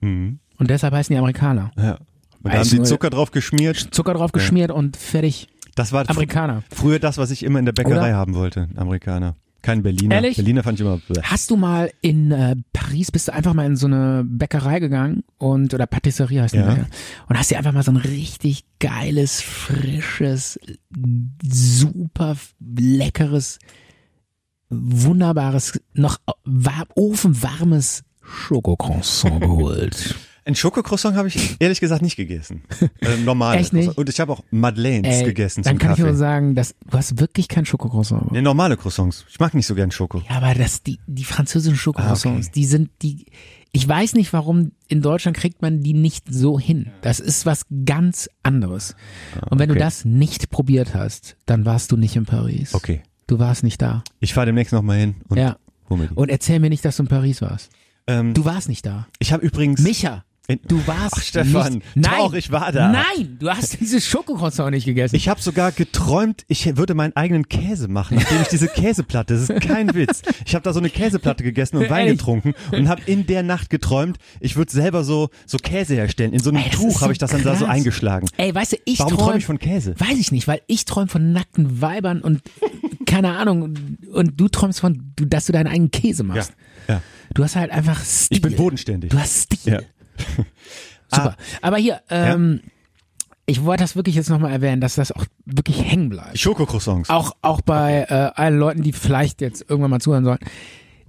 S1: Und deshalb heißen die Amerikaner.
S2: Ja. Und da
S1: Weiß
S2: haben sie
S1: nur-
S2: Zucker drauf geschmiert.
S1: Zucker drauf geschmiert und fertig.
S2: Das war fr-
S1: Amerikaner.
S2: früher das, was ich immer in der Bäckerei
S1: Oder?
S2: haben wollte. Ein Amerikaner. Kein Berliner.
S1: Ehrlich?
S2: Berliner fand ich immer. bleh.
S1: Hast du mal in äh, Paris, bist du einfach mal in so eine Bäckerei gegangen und oder Patisserie heißt die
S2: Ja.
S1: ja. und hast dir einfach mal so ein richtig geiles, frisches, super leckeres, wunderbares, noch war, ofenwarmes Schokocroissant geholt.
S2: Ein Schokocroissant habe ich ehrlich gesagt nicht gegessen. Äh, normal.
S1: Echt nicht?
S2: Und ich habe auch Madeleines
S1: Ey,
S2: gegessen
S1: dann
S2: zum
S1: kann
S2: Kaffee.
S1: ich nur sagen, dass du hast wirklich kein Schokocroissant.
S2: nee, normale Croissants. Ich mag nicht so gern Schoko.
S1: Ja, aber das, die, die französischen Schokocroissants,
S2: Ah, okay.
S1: die sind, die, ich weiß nicht warum, in Deutschland kriegt man die nicht so hin. Das ist was ganz anderes. Und wenn du
S2: Ah, okay.
S1: das nicht probiert hast, dann warst du nicht in Paris.
S2: Okay.
S1: Du warst nicht da.
S2: Ich fahre demnächst nochmal hin und
S1: ja.
S2: hol mir die.
S1: Und erzähl mir nicht, dass du in Paris warst.
S2: Hm. Ähm,
S1: Du warst nicht da.
S2: Ich habe übrigens.
S1: Micha,
S2: In-
S1: du warst
S2: Ach, Stefan,
S1: nicht. Nein,
S2: doch, ich war da.
S1: Nein, du hast diese Schokocroissant nicht gegessen.
S2: Ich habe sogar geträumt, ich würde meinen eigenen Käse machen, nachdem ich diese Käseplatte, das ist kein Witz. Ich habe da so eine Käseplatte gegessen und Wein
S1: Ehrlich?
S2: getrunken und habe in der Nacht geträumt, ich würde selber so so Käse herstellen. In so einem
S1: Ey, das ist
S2: Tuch
S1: so
S2: habe ich das dann da so
S1: krass.
S2: eingeschlagen.
S1: Ey, weißt du, ich
S2: Warum
S1: träum-
S2: träum ich von Käse?
S1: Weiß ich nicht, weil ich träume von nackten Weibern und keine Ahnung und du träumst von, du- dass du deinen eigenen Käse
S2: Ja,
S1: machst.
S2: ja.
S1: Du hast halt einfach Stil.
S2: Ich bin bodenständig.
S1: Du hast Stil.
S2: Ja. Ah.
S1: Super. Aber hier, ähm, ich wollte das wirklich jetzt nochmal erwähnen, dass das auch wirklich hängen bleibt.
S2: Schokocroissants.
S1: Auch, auch bei äh, allen Leuten, die vielleicht jetzt irgendwann mal zuhören sollen.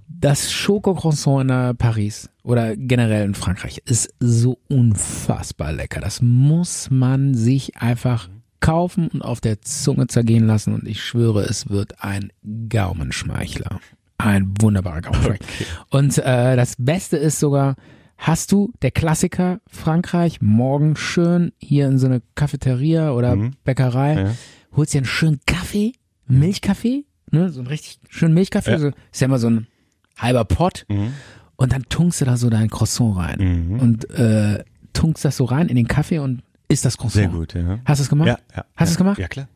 S1: Das Schokocroissant in äh, Paris oder generell in Frankreich ist so unfassbar lecker. Das muss man sich einfach kaufen und auf der Zunge zergehen lassen. Und ich schwöre, es wird ein Gaumenschmeichler. Ein wunderbarer Gaumenschmeichler. Und äh, das Beste ist sogar, hast du der Klassiker Frankreich morgen schön hier in so eine Cafeteria oder Bäckerei
S2: Mhm. Ja.
S1: holst dir einen schönen Kaffee, Milchkaffee, ne, so einen richtig schönen Milchkaffee,
S2: Ja.
S1: so, ist ja immer so ein halber Pott
S2: Mhm.
S1: und dann tunkst du da so dein Croissant rein und äh, tunkst das so rein in den Kaffee und isst das Croissant.
S2: Sehr gut, ja.
S1: Hast du es gemacht?
S2: Ja, ja,
S1: Hast du es gemacht?
S2: Ja, Mhm. klar.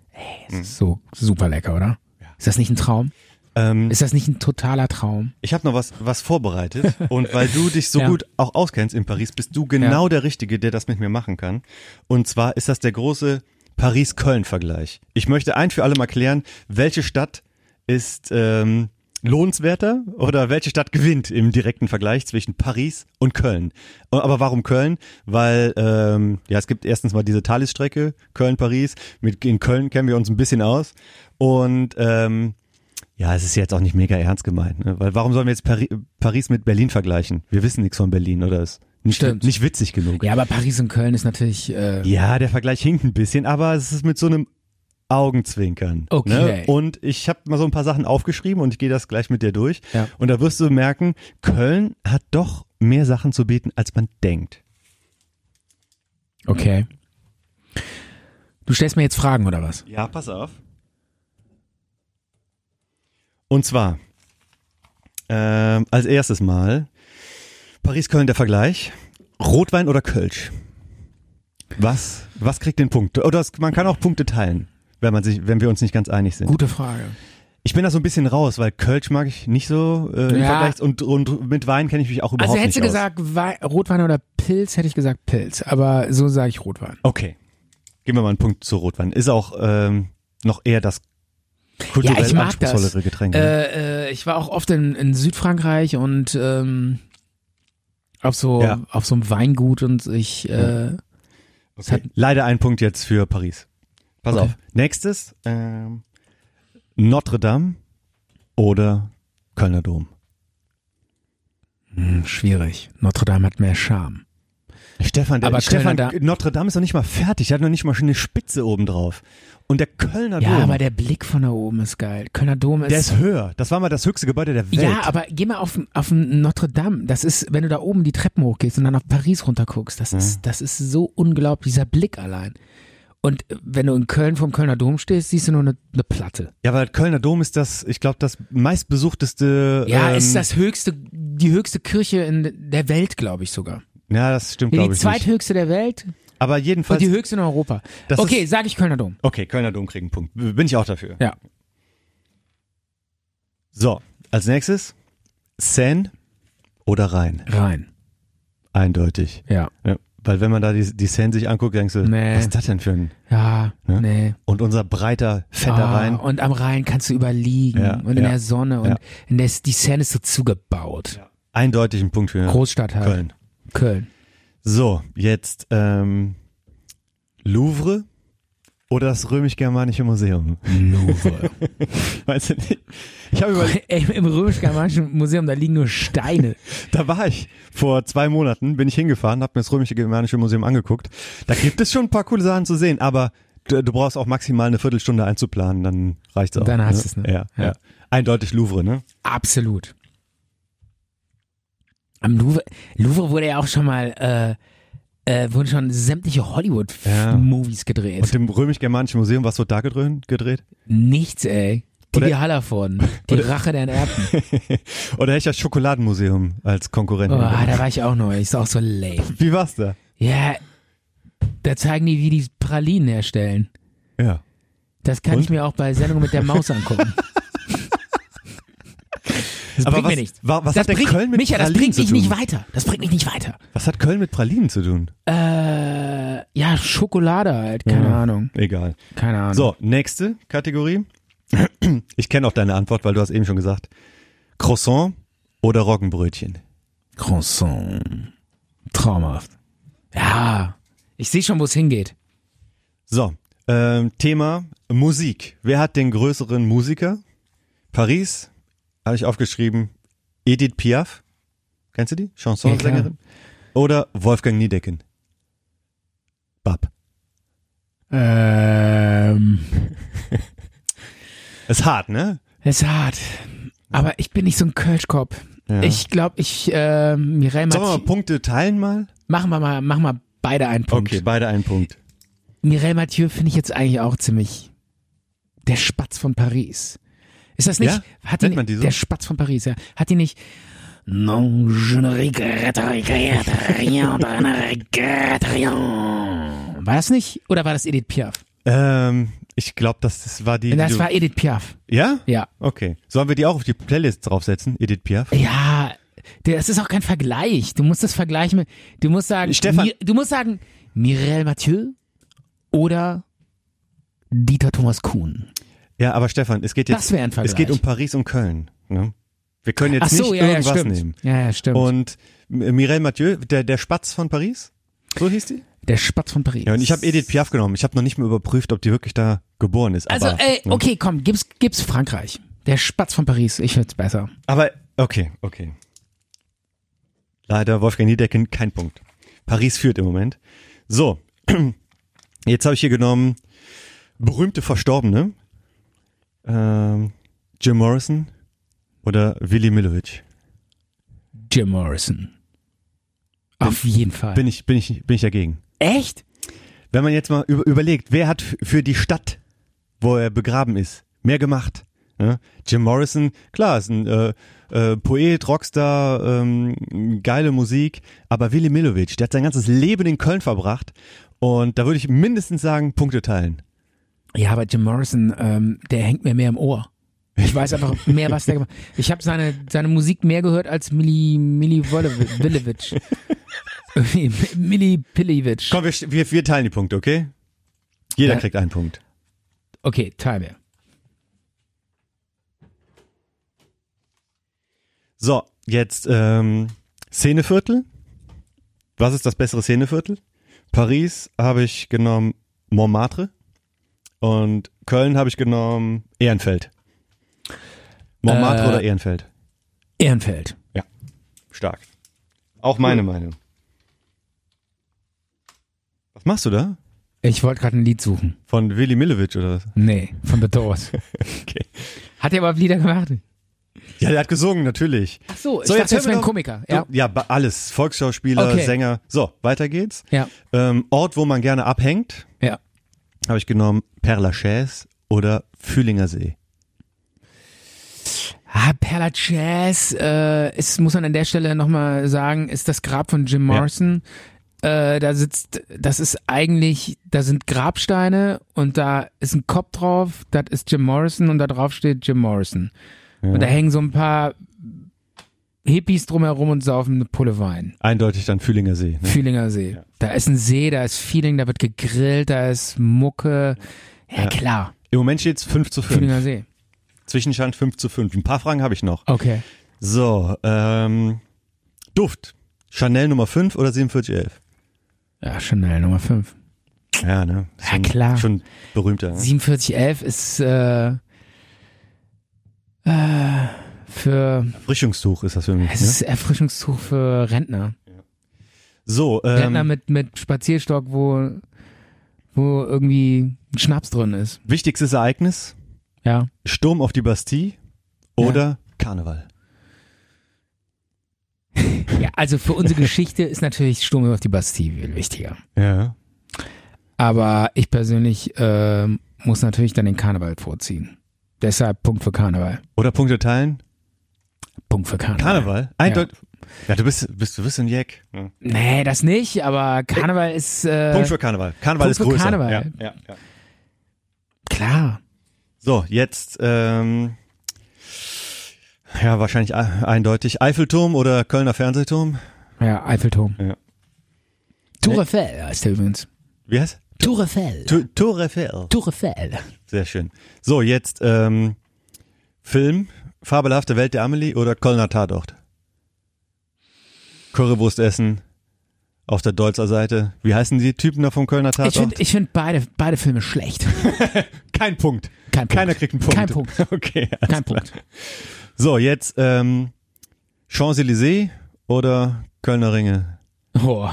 S1: Das ist so super lecker, oder? Ist das nicht ein Traum?
S2: Ähm,
S1: Ist das nicht ein totaler Traum?
S2: Ich habe noch was, was vorbereitet und weil du dich so
S1: Ja.
S2: gut auch auskennst in Paris, bist du genau der Richtige, der das mit mir machen kann. Und zwar ist das der große Paris-Köln-Vergleich. Ich möchte ein für alle mal klären, welche Stadt ist ähm, lohnenswerter oder welche Stadt gewinnt im direkten Vergleich zwischen Paris und Köln? Äh, Aber warum Köln? Weil ähm, ja, es gibt erstens mal diese Thalys-Strecke Köln-Paris. Mit in Köln kennen wir uns ein bisschen aus und ähm, ja, es ist jetzt auch nicht mega ernst gemeint, ne? weil warum sollen wir jetzt Pari Paris mit Berlin vergleichen? Wir wissen nichts von Berlin oder ist nicht,
S1: Stimmt.
S2: nicht witzig genug.
S1: Ja, aber Paris und Köln ist natürlich. Äh,
S2: Ja, der Vergleich hinkt ein bisschen, aber es ist mit so einem Augenzwinkern.
S1: Okay.
S2: Ne? Und ich habe mal so ein paar Sachen aufgeschrieben und ich gehe das gleich mit dir durch.
S1: Ja.
S2: Und da wirst du merken, Köln hat doch mehr Sachen zu bieten, als man denkt.
S1: Okay. Du stellst mir jetzt Fragen oder was?
S2: Ja, pass auf. Und zwar, ähm, als erstes Mal, Paris-Köln der Vergleich, Rotwein oder Kölsch? Was, was kriegt den Punkt? Oder es, man kann auch Punkte teilen, wenn, man sich, wenn wir uns nicht ganz einig sind.
S1: Gute Frage.
S2: Ich bin da so ein bisschen raus, weil Kölsch mag ich nicht so äh, im
S1: Ja.
S2: Vergleich und, und mit Wein kenne ich mich auch überhaupt
S1: Also hättest du
S2: nicht
S1: gesagt Wei- Rotwein oder Pilz, hätte ich gesagt Pilz. Aber so sage ich Rotwein.
S2: aus. Okay, geben wir mal einen Punkt zu Rotwein. Ist auch ähm, noch eher das kulturell
S1: Ja, ich mag das.
S2: anspruchsvollere Getränk. ne?
S1: Äh, äh, ich war auch oft in, in Südfrankreich und ähm, auf so
S2: Ja.
S1: auf so einem Weingut und ich äh, es hat,
S2: Leider ein Punkt jetzt für Paris. Pass
S1: Okay.
S2: auf. Nächstes, ähm, Notre Dame oder Kölner Dom.
S1: hm, schwierig. Notre Dame hat mehr Charme.
S2: Stefan, der,
S1: Aber
S2: Stefan
S1: Kölner
S2: Notre Dame ist noch nicht mal fertig, der hat noch nicht mal schon eine Spitze oben drauf. Und der Kölner
S1: Ja,
S2: Dom,
S1: aber der Blick von da oben ist geil. Kölner Dom ist,
S2: der ist höher. Das war mal das höchste Gebäude der Welt.
S1: ja, aber geh mal auf auf Notre Dame. Das ist, wenn du da oben die Treppen hochgehst und dann auf Paris runterguckst, das ist das ist so unglaublich dieser Blick allein. Und äh, wenn du in Köln vom Kölner Dom stehst, siehst du nur eine, eine Platte.
S2: Ja, aber der Kölner Dom ist das, ich glaube, das meistbesuchteste.
S1: Ja,
S2: ähm,
S1: ist das höchste, die höchste Kirche in der Welt, glaube ich sogar.
S2: Ja, das stimmt,
S1: Ja,
S2: glaube
S1: die
S2: ich. Nicht.
S1: zweithöchste der Welt
S2: Aber
S1: und
S2: jedenfalls.
S1: die höchste in Europa.
S2: Das
S1: Okay,
S2: ist-
S1: sag ich Kölner Dom.
S2: okay, Kölner Dom kriegen einen Punkt. Bin ich auch dafür.
S1: Ja.
S2: So, als nächstes Seine oder Rhein?
S1: Rein.
S2: Eindeutig.
S1: Ja.
S2: Ja, weil wenn man da die, die Seine sich anguckt, denkst du,
S1: Nee.
S2: was ist das denn für ein...
S1: Ja,
S2: Ne?
S1: nee.
S2: Und unser breiter, fetter
S1: Ah,
S2: Rhein.
S1: Und am Rhein kannst du überliegen
S2: Ja,
S1: und in
S2: ja,
S1: der Sonne und
S2: ja.
S1: in der, die Seine ist so zugebaut.
S2: Eindeutig ein Punkt für
S1: Großstadt halt.
S2: Köln.
S1: Köln.
S2: So, jetzt ähm, Louvre oder das römisch-germanische Museum?
S1: Louvre.
S2: Weißt du nicht? Ich habe überlegt,
S1: Ey, Im römisch-germanischen Museum, da liegen nur Steine.
S2: da war ich vor zwei Monaten, bin ich hingefahren, habe mir das römisch-germanische Museum angeguckt. Da gibt es schon ein paar coole Sachen zu sehen, aber du, du brauchst auch maximal eine Viertelstunde einzuplanen, dann reicht's auch.
S1: Dann hast du's, ne?
S2: Ja, ja.
S1: Ja.
S2: Eindeutig Louvre, ne?
S1: Absolut. Am Louvre, Louvre wurde ja auch schon mal, äh, äh, wurden schon sämtliche
S2: Ja.
S1: Hollywood-Movies gedreht.
S2: Und im römisch-germanischen Museum, was wird da gedrö- gedreht?
S1: Nichts, ey. Didi
S2: Oder-
S1: Hallervorden, die Rache der Erben.
S2: Oder hätte ich das Schokoladenmuseum als
S1: Oh,
S2: Konkurrenten?
S1: da war ich auch neu. Ist auch so lame.
S2: Wie war's da?
S1: Ja, da zeigen die, wie die Pralinen herstellen.
S2: Ja.
S1: Das kann
S2: Und?
S1: ich mir auch bei Sendungen mit der Maus angucken. Das
S2: Aber
S1: bringt
S2: was,
S1: mir nichts.
S2: wa- was
S1: das
S2: hat denn
S1: bringt,
S2: Köln mit
S1: Micha, das
S2: Pralinen
S1: bringt
S2: zu
S1: mich
S2: tun?
S1: nicht weiter. Das bringt mich nicht weiter.
S2: Was hat Köln mit Pralinen zu tun?
S1: Äh, ja, Schokolade halt. Keine
S2: Ja.
S1: Ahnung.
S2: Egal.
S1: Keine Ahnung.
S2: So, nächste Kategorie. Ich kenne auch deine Antwort, weil du hast eben schon gesagt. Croissant oder Roggenbrötchen?
S1: Croissant. Traumhaft. Ja, ich sehe schon, wo es hingeht.
S2: So, ähm, Thema Musik. Wer hat den größeren Musiker? Paris, habe ich aufgeschrieben. Edith Piaf. Kennst du die? Chansonsängerin. oder Wolfgang Niedecken. Bab.
S1: Ähm.
S2: Ist hart, ne?
S1: Es ist hart. Aber ich bin nicht so ein Kölschkopf.
S2: Ja.
S1: Ich glaube, ich, äh, Mireille
S2: Sollen wir
S1: Mathieu,
S2: mal Punkte teilen mal?
S1: machen wir mal, machen wir beide einen Punkt.
S2: Okay, beide einen Punkt.
S1: Mireille Mathieu finde ich jetzt eigentlich auch ziemlich der Spatz von Paris. Ist das nicht,
S2: Ja?
S1: hat
S2: Nennt
S1: die,
S2: man die so?
S1: der Spatz von Paris, ja. Hat die nicht, non, je ne regrette rien, rien, ne regrette rien. War das nicht? Oder war das Edith Piaf?
S2: Ähm, ich glaube, das, das war die. die
S1: Das
S2: du-
S1: war Edith Piaf.
S2: ja?
S1: Ja.
S2: Okay. Sollen wir die auch auf die Playlist draufsetzen, Edith Piaf?
S1: Ja, der- das ist auch kein Vergleich. Du musst das vergleichen mit, du musst sagen,
S2: Stefan-
S1: Mi, du musst sagen, Mireille Mathieu oder Dieter Thomas Kuhn.
S2: Ja, aber Stefan, es geht jetzt.
S1: Das wär ein Vergleich.
S2: Es geht um Paris und Köln. Ne? Wir können jetzt
S1: Ach so,
S2: nicht
S1: ja, ja,
S2: irgendwas
S1: stimmt.
S2: nehmen.
S1: Ja, ja, stimmt.
S2: Und M- Mireille Mathieu, der, der Spatz von Paris, so hieß die?
S1: der Spatz von Paris.
S2: Ja, und ich eh habe Edith Piaf genommen. Ich habe noch nicht mal überprüft, ob die wirklich da geboren ist.
S1: Also,
S2: aber,
S1: ey,
S2: ne?
S1: okay, komm, gib's, gib's Frankreich. Der Spatz von Paris, ich find's besser.
S2: Aber, okay, okay. Leider Wolfgang Niedecken, kein Punkt. Paris führt im Moment. So, jetzt habe ich hier genommen berühmte Verstorbene. Ähm, Jim Morrison oder Willy Milovic.
S1: Jim Morrison. Auf jeden Fall.
S2: Bin ich, bin ich, bin ich dagegen.
S1: Echt?
S2: Wenn man jetzt mal über, überlegt, wer hat f- für die Stadt, wo er begraben ist, mehr gemacht? Ne? Jim Morrison, klar, ist ein äh, äh, Poet, Rockstar, ähm, geile Musik, aber Willy Milovic, der hat sein ganzes Leben in Köln verbracht und da würde ich mindestens sagen, Punkte teilen.
S1: Ja, aber Jim Morrison, ähm, der hängt mir mehr im Ohr. Ich weiß einfach mehr, was der gemacht hat. Ich habe seine, seine Musik mehr gehört als Milli, Milli Wolle- Willewitsch. Irgendwie Milli Pillewitsch.
S2: Komm, wir, sch- wir, wir teilen die Punkte, okay? Jeder
S1: Ja.
S2: kriegt einen Punkt.
S1: Okay, teil mir.
S2: So, jetzt ähm, Szeneviertel. Was ist das bessere Szeneviertel? Paris habe ich genommen Montmartre und Köln habe ich genommen Ehrenfeld. Montmartre
S1: Äh.
S2: oder Ehrenfeld?
S1: Ehrenfeld.
S2: Stark. Auch meine
S1: Hm.
S2: Meinung. Was machst du da?
S1: Ich wollte gerade ein Lied suchen.
S2: Von Willy Milovic oder was?
S1: Nee, von The Doors.
S2: Okay.
S1: Hat er überhaupt Lieder gemacht?
S2: Ja, der hat gesungen, natürlich.
S1: Ach so, ich
S2: So, jetzt
S1: dachte,
S2: hören
S1: es wäre
S2: wir
S1: ein
S2: doch-
S1: Komiker.
S2: Ja,
S1: Ja.
S2: ja ba- alles. Volksschauspieler,
S1: Okay.
S2: Sänger. So, weiter geht's.
S1: Ja,
S2: Ähm, Ort, wo man gerne abhängt.
S1: ja.
S2: habe ich genommen Père Lachaise oder Fühlinger See.
S1: Ah, Perla Jazz, äh, ist, muss man an der Stelle nochmal sagen, ist das Grab von Jim Morrison. Äh, da sitzt, das ist eigentlich, da sind Grabsteine und da ist ein Kopf drauf, das ist Jim Morrison und da drauf steht Jim Morrison. Und da hängen so ein paar Hippies drumherum und saufen eine Pulle Wein.
S2: Eindeutig dann Fühlinger See. Ne?
S1: Fühlinger See. Da ist ein See, da ist Feeling, da wird gegrillt, da ist Mucke. Ja, klar.
S2: Im Moment steht es 5 zu 5.
S1: Fühlinger See.
S2: Zwischenstand 5 zu 5. Ein paar Fragen habe ich noch.
S1: Okay.
S2: So, ähm, Duft. Chanel Nummer 5 oder 4711?
S1: Ja, Chanel Nummer 5.
S2: Ja, ne?
S1: Ja,
S2: Schon-
S1: klar.
S2: Schon berühmter. Ne?
S1: 4711 ist äh, äh, für
S2: Erfrischungstuch ist das für mich.
S1: es
S2: Ne?
S1: ist Erfrischungstuch für Rentner.
S2: So,
S1: Rentner
S2: ähm,
S1: mit, mit Spazierstock, wo, wo irgendwie ein Schnaps drin ist.
S2: wichtigstes Ereignis.
S1: Ja.
S2: Sturm auf die Bastille oder Karneval.
S1: ja also für unsere Geschichte ist natürlich Sturm auf die Bastille viel wichtiger.
S2: Ja.
S1: Aber ich persönlich äh, muss natürlich dann den Karneval vorziehen. Deshalb Punkt für Karneval.
S2: Oder Punkte teilen.
S1: Punkt für Karneval.
S2: Karneval. Eindeutig. Ja, du bist, bist, du bist ein Jack. Ne?
S1: Nee, das nicht, aber Karneval ist äh,
S2: Punkt für Karneval. Karneval
S1: Punkt
S2: ist
S1: für
S2: größer.
S1: Karneval.
S2: Ja, ja, ja.
S1: klar.
S2: So, jetzt ähm, ja wahrscheinlich e- eindeutig Eiffelturm oder Kölner Fernsehturm.
S1: Ja, Eiffelturm.
S2: Ja.
S1: Tour Eiffel heißt der übrigens.
S2: Wie heißt?
S1: Tour Eiffel.
S2: Tu- Tour Eiffel.
S1: Tour Eiffel.
S2: Sehr schön. So, jetzt ähm, Film Fabelhafte Welt der Amelie oder Kölner Tatort. Currywurst essen auf der Deutzer Seite. Wie heißen die Typen da vom Kölner
S1: Ich
S2: Tatort?
S1: finde ich find beide, beide Filme schlecht.
S2: Kein Punkt.
S1: Kein Punkt.
S2: Keiner kriegt einen Punkt.
S1: Kein Punkt.
S2: Okay.
S1: Kein Punkt.
S2: So, jetzt ähm, Champs-Élysées oder Kölner Ringe?
S1: Oh,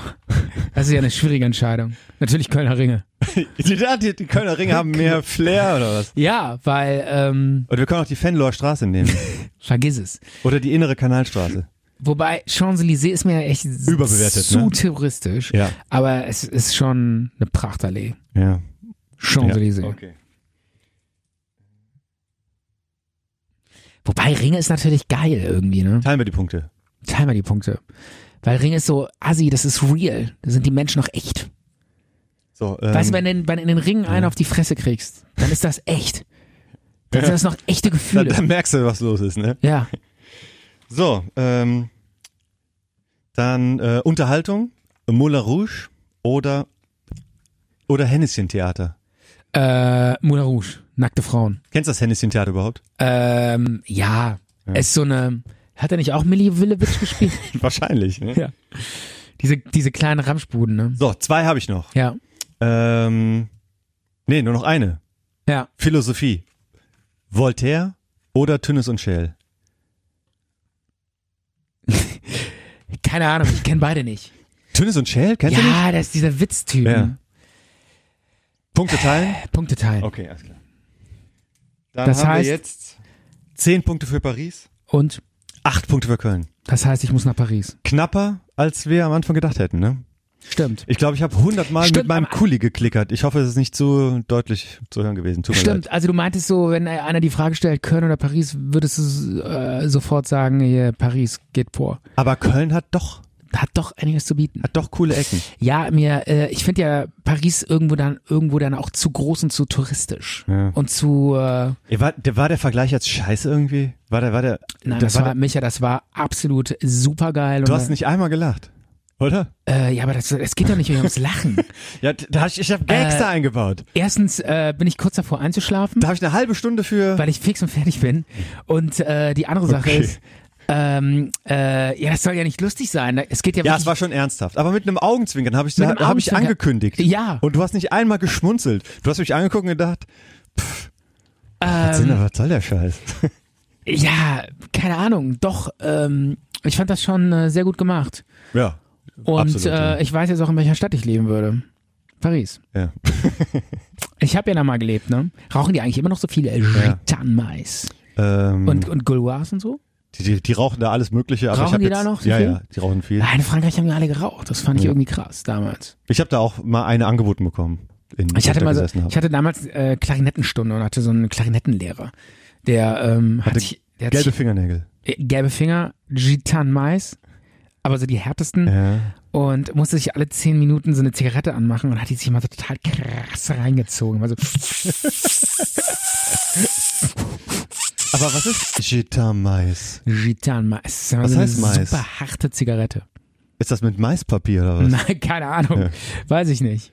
S1: das ist ja eine schwierige Entscheidung. Natürlich Kölner Ringe.
S2: Die, die, die Kölner Ringe haben mehr Flair oder was?
S1: Ja, weil, ähm,
S2: Und wir können auch die Fenloer Straße nehmen.
S1: vergiss es.
S2: oder die innere Kanalstraße.
S1: Wobei Champs-Élysées ist mir echt
S2: Überbewertet,
S1: zu
S2: ne?
S1: touristisch.
S2: Ja.
S1: Aber es ist schon eine Prachtallee.
S2: Ja.
S1: Champs-Élysées.
S2: Okay.
S1: Wobei Ringe ist natürlich geil irgendwie, ne?
S2: Teilen wir die Punkte.
S1: Teil mal die Punkte. Weil Ring ist so, assi, das ist real. Da sind die Menschen noch echt.
S2: So, ähm,
S1: weißt du, wenn, den, wenn in den Ringen einen auf die Fresse kriegst, dann ist das echt. Dann sind das noch echte
S2: dann,
S1: Gefühle.
S2: dann merkst du, was los ist, ne?
S1: Ja.
S2: So, ähm, dann äh, Unterhaltung, Moulin Rouge oder, oder Henneschen-Theater.
S1: Äh, Moulin Rouge, nackte Frauen.
S2: Kennst du das Henneschen-Theater überhaupt?
S1: Ähm, ja. Es ist so eine. Hat er nicht auch Milli Willewitsch gespielt?
S2: Wahrscheinlich. Ne?
S1: ja. Diese, diese kleinen Ramschbuden, ne?
S2: So, zwei habe ich noch.
S1: Ja.
S2: Ähm, nee, nur noch eine.
S1: Ja.
S2: Philosophie. Voltaire oder Tünnes und Schell?
S1: Keine Ahnung, ich kenne beide nicht.
S2: Tünnes und Schell? Kennst du nicht?
S1: ja, das ist dieser Witztyp.
S2: Ja. Punkte teilen?
S1: Punkte teilen.
S2: Okay, alles klar. Dann
S1: Äh. Das
S2: haben
S1: heißt-
S2: wir jetzt zehn Punkte für Paris,
S1: Und
S2: acht Punkte für Köln.
S1: das heißt, ich muss nach Paris.
S2: Knapper, als wir am Anfang gedacht hätten, ne?
S1: Stimmt.
S2: Ich glaube, ich habe hundertmal mit
S1: Stimmt,
S2: meinem
S1: aber-
S2: Kuli geklickert. Ich hoffe, es ist nicht zu deutlich zu hören gewesen. Tut mir
S1: Stimmt, also du meintest so, wenn einer die Frage stellt, Köln oder Paris, würdest du äh, sofort sagen, hier, Paris geht vor.
S2: leid. Aber Köln hat doch,
S1: Hat doch einiges zu bieten.
S2: hat doch coole Ecken.
S1: Ja, mir, äh, ich finde ja Paris irgendwo dann, irgendwo dann auch zu groß und zu touristisch.
S2: Ja.
S1: Und zu, äh,
S2: Ey, War der, war der Vergleich jetzt scheiße irgendwie? War der, war der,
S1: nein,
S2: der,
S1: das
S2: war
S1: war,
S2: der
S1: Micha, das war absolut supergeil.
S2: du
S1: und,
S2: hast nicht einmal gelacht, oder?
S1: äh, ja, aber das, das geht doch nicht mehr ums Lachen.
S2: Ja, d- da hab ich, ich habe Gags
S1: Äh,
S2: da eingebaut.
S1: Erstens äh, bin ich kurz davor einzuschlafen,
S2: Da habe ich eine halbe Stunde für.
S1: weil ich fix und fertig bin. Und äh, die andere Sache
S2: Okay.
S1: ist, ähm, äh, ja, das soll ja nicht lustig sein. Es geht ja,
S2: Ja,
S1: wirklich
S2: es war schon ernsthaft. Aber mit einem Augenzwinkern habe ich,
S1: Mit einem
S2: hab ich
S1: Augenzwinkern.
S2: angekündigt.
S1: Ja.
S2: Und du hast nicht einmal geschmunzelt. Du hast mich angeguckt und gedacht, was,
S1: Ähm,
S2: denn, was soll der Scheiß?
S1: ja, keine Ahnung. Doch, ähm, ich fand das schon äh, sehr gut gemacht.
S2: Ja.
S1: Und
S2: Absolut, ja.
S1: äh, ich weiß jetzt auch, in welcher Stadt ich leben würde. Paris.
S2: ja.
S1: Ich habe ja da mal gelebt, ne? Rauchen die eigentlich immer noch so viele Gitan-Mais
S2: Ähm,
S1: und, und Gaulois und so?
S2: die, die, die rauchen da alles Mögliche. Aber
S1: Rauchen
S2: ich hab
S1: die
S2: jetzt,
S1: da noch so
S2: Ja,
S1: viel?
S2: ja, die rauchen viel.
S1: Nein, in Frankreich haben die alle geraucht. Das fand ich
S2: Ja.
S1: irgendwie krass damals.
S2: Ich habe da auch mal eine angeboten bekommen. In,
S1: Ich hatte,
S2: da
S1: mal so,
S2: gesessen hab.
S1: ich hatte damals äh, Klarinettenstunde und hatte so einen Klarinettenlehrer. Der ähm, hat
S2: Hatte
S1: sich, der hat
S2: Gelbe
S1: sich,
S2: Fingernägel.
S1: äh, gelbe Finger, Gitan-Mais, aber so die härtesten.
S2: Ja.
S1: und musste sich alle zehn Minuten so eine Zigarette anmachen und hat die sich mal so total krass reingezogen. Also,
S2: Aber was ist Gitan Mais?
S1: Gitan Mais. Das ist immer
S2: Was
S1: so
S2: heißt
S1: eine
S2: Mais?
S1: super harte Zigarette.
S2: Ist das mit Maispapier oder was?
S1: Nein, keine Ahnung.
S2: Ja.
S1: Weiß ich nicht.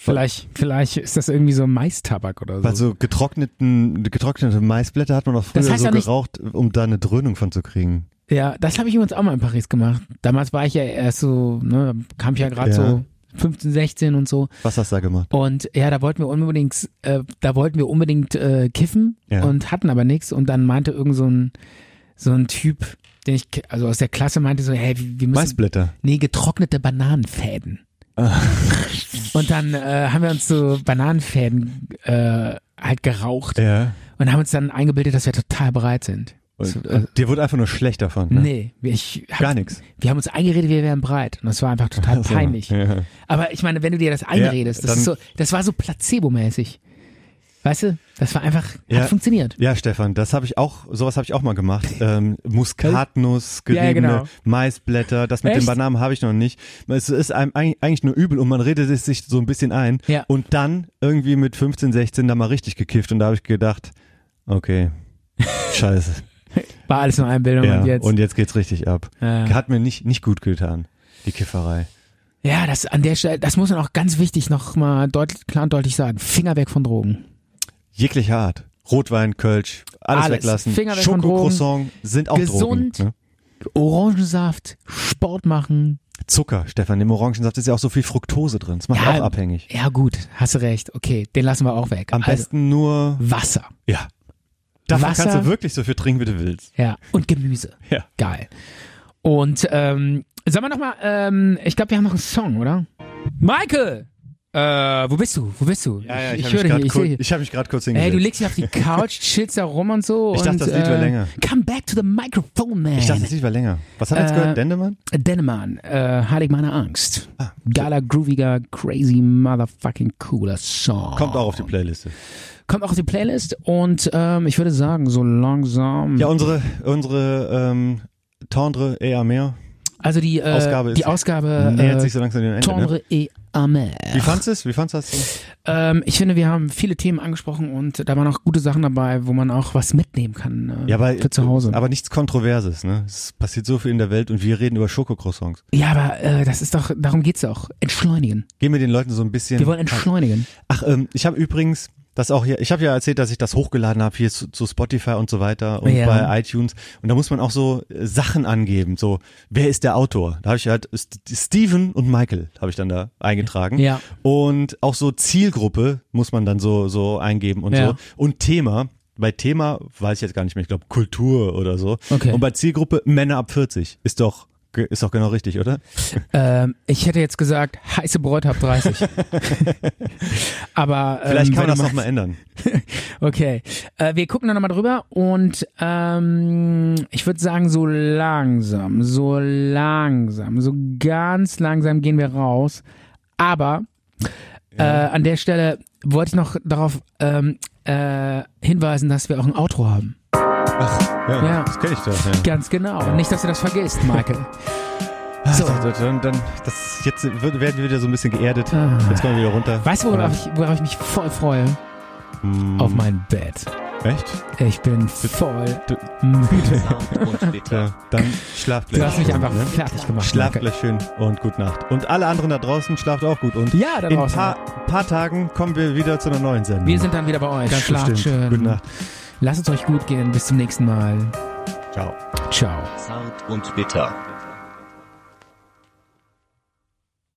S1: Vielleicht, vielleicht ist das irgendwie so Maistabak oder so.
S2: Weil so getrockneten, getrocknete Maisblätter hat man doch früher
S1: Das heißt
S2: so
S1: doch nicht-
S2: geraucht, um da eine Dröhnung von zu kriegen.
S1: ja, das habe ich übrigens auch mal in Paris gemacht. Damals war ich ja erst so, ne, kam ich ja gerade
S2: Ja.
S1: so 15, 16 und so.
S2: Was hast du da gemacht?
S1: Und ja, da wollten wir unbedingt, äh, da wollten wir unbedingt äh, kiffen
S2: Ja.
S1: und hatten aber nichts. Und dann meinte irgend so ein, so ein Typ, den ich, ke- also aus der Klasse meinte so, hey, wir wir müssen,
S2: Maisblätter.
S1: nee, getrocknete Bananenfäden. und dann äh, haben wir uns so Bananenfäden äh, halt geraucht
S2: Ja.
S1: und haben uns dann eingebildet, dass wir total bereit sind.
S2: Und,
S1: so, äh,
S2: und dir wurde einfach nur schlecht davon. Ne?
S1: Nee, wir- ich hab,
S2: Gar nichts.
S1: wir haben uns eingeredet, wir wären bereit. Und das war einfach total
S2: Also,
S1: halt peinlich.
S2: Ja.
S1: Aber ich meine, wenn du dir das einredest, das,
S2: dann-
S1: ist so, das war so placebo-mäßig. Weißt du, das war einfach,
S2: Ja.
S1: hat funktioniert.
S2: ja, Stefan, das habe ich auch, sowas habe ich auch mal gemacht. Ähm, Muskatnuss,
S1: Ja,
S2: geriebene
S1: genau.
S2: Maisblätter, das mit den
S1: Echt?
S2: Bananen habe ich noch nicht. Es ist einem eig- eigentlich nur übel und man redet es sich so ein bisschen ein.
S1: Ja.
S2: Und dann irgendwie mit 15, 16 da mal richtig gekifft und da habe ich gedacht, okay, scheiße.
S1: War alles nur Einbildung
S2: ja,
S1: und jetzt.
S2: geht's richtig ab.
S1: Ja.
S2: Hat mir nicht, nicht gut getan, die Kifferei.
S1: ja, das an der Stelle, das muss man auch ganz wichtig nochmal deutlich, klar und deutlich sagen. Finger weg von Drogen.
S2: Jeglicher Art. Rotwein, Kölsch, alles,
S1: Alles.
S2: weglassen.
S1: Finger weg von Drogen.
S2: Schokocroissant sind auch
S1: Gesund.
S2: Drogen. Ne?
S1: Orangensaft, Sport machen.
S2: Zucker, Stefan, im Orangensaft ist ja auch so viel Fructose drin. Das macht
S1: Ja,
S2: auch abhängig.
S1: Ja, gut, hast du recht. Okay, den lassen wir auch weg.
S2: Am
S1: also,
S2: besten nur,
S1: Wasser.
S2: ja. Davon
S1: Wasser.
S2: kannst du wirklich so viel trinken, wie du willst.
S1: Ja. Und Gemüse.
S2: Ja.
S1: Geil. Und ähm, sagen wir nochmal, ähm, ich glaube, wir haben noch einen Song, oder? Michael! Äh, wo bist du? Wo bist du? höre dich, ich sehe dich.
S2: habe mich gerade kurz
S1: Ey, du legst dich auf die Couch, chillst da rum und so.
S2: Ich dachte,
S1: und, äh,
S2: das Lied wäre länger.
S1: Come back to the microphone, man.
S2: ich dachte, das Lied war länger. Was hat er jetzt
S1: Äh,
S2: gehört? Dendemann?
S1: Dennemann, äh, heilig meiner Angst.
S2: Ah,
S1: Geiler, grooviger, crazy, motherfucking cooler Song.
S2: Kommt auch auf die Playliste.
S1: Kommt auch auf die Playlist und ähm, ich würde sagen, so langsam.
S2: Ja, unsere, unsere ähm, Tendre eher mehr
S1: also die äh,
S2: Ausgabe
S1: die
S2: ist-
S1: Ausgabe
S2: nähert
S1: äh,
S2: sich so langsam dem Ende. Ne?
S1: Tendre et Amère.
S2: Wie fandst du es? Wie fandst du das?
S1: Ähm, ich finde, wir haben viele Themen angesprochen und da waren auch gute Sachen dabei, wo man auch was mitnehmen kann äh,
S2: Ja, aber,
S1: für zu Hause.
S2: aber nichts Kontroverses. Ne? Es passiert so viel in der Welt und wir reden über Schokocroissants.
S1: ja, aber äh, das ist doch, darum geht's auch. Entschleunigen.
S2: Gehen wir den Leuten so ein bisschen.
S1: Wir wollen entschleunigen.
S2: Ach, ähm, ich habe übrigens, das auch hier, ich habe ja erzählt, dass ich das hochgeladen habe hier zu, zu Spotify und so weiter und
S1: Ja.
S2: bei iTunes. Und da muss man auch so äh, Sachen angeben, so wer ist der Autor? Da habe ich halt St Steven und Michael habe ich dann da eingetragen.
S1: Ja.
S2: Und auch so Zielgruppe muss man dann so so eingeben und
S1: Ja.
S2: so und Thema. Bei Thema weiß ich jetzt gar nicht mehr, ich glaube Kultur oder so.
S1: Okay.
S2: Und bei Zielgruppe Männer ab 40 ist doch ge- ist doch genau richtig, oder?
S1: Ähm, ich hätte jetzt gesagt, heiße Bräute ab 30. Aber ähm,
S2: Vielleicht kann
S1: wenn
S2: man das
S1: du
S2: nochmal ändern.
S1: Okay, äh, wir gucken da nochmal drüber und ähm, ich würde sagen, so langsam, so langsam, so ganz langsam gehen wir raus. Aber äh, an der Stelle wollte ich noch darauf ähm, äh, hinweisen, dass wir auch ein Outro haben.
S2: Ach, ja,
S1: Ja.
S2: das kenne ich doch. Ja.
S1: Ganz genau. Nicht, dass du das vergisst, Michael.
S2: So.
S1: So.
S2: Dann, dann, das, jetzt wird, werden wir wieder so ein bisschen geerdet.
S1: Ah.
S2: Jetzt kommen wir wieder runter. Ähm,
S1: Weißt du, worauf ich, worauf ich mich voll freue?
S2: Hm.
S1: Auf mein Bett.
S2: Echt?
S1: Ich bin voll
S2: Du-
S1: müde.
S2: Ja, dann schlaft gleich.
S1: Du hast mich
S2: schön,
S1: einfach
S2: ne?
S1: fertig gemacht.
S2: Schlaft
S1: Michael.
S2: gleich schön und gute Nacht. Und alle anderen da draußen schlaft auch gut. Und
S1: Ja, da
S2: in ein
S1: draußen.
S2: paar, paar Tagen kommen wir wieder zu einer neuen Sendung.
S1: Wir sind dann wieder bei euch.
S2: Ganz
S1: Schlaft
S2: bestimmt.
S1: schön.
S2: Gute Nacht.
S1: Lasst es euch gut gehen. Bis zum nächsten Mal.
S2: Ciao.
S1: Ciao.
S5: Zart und bitter.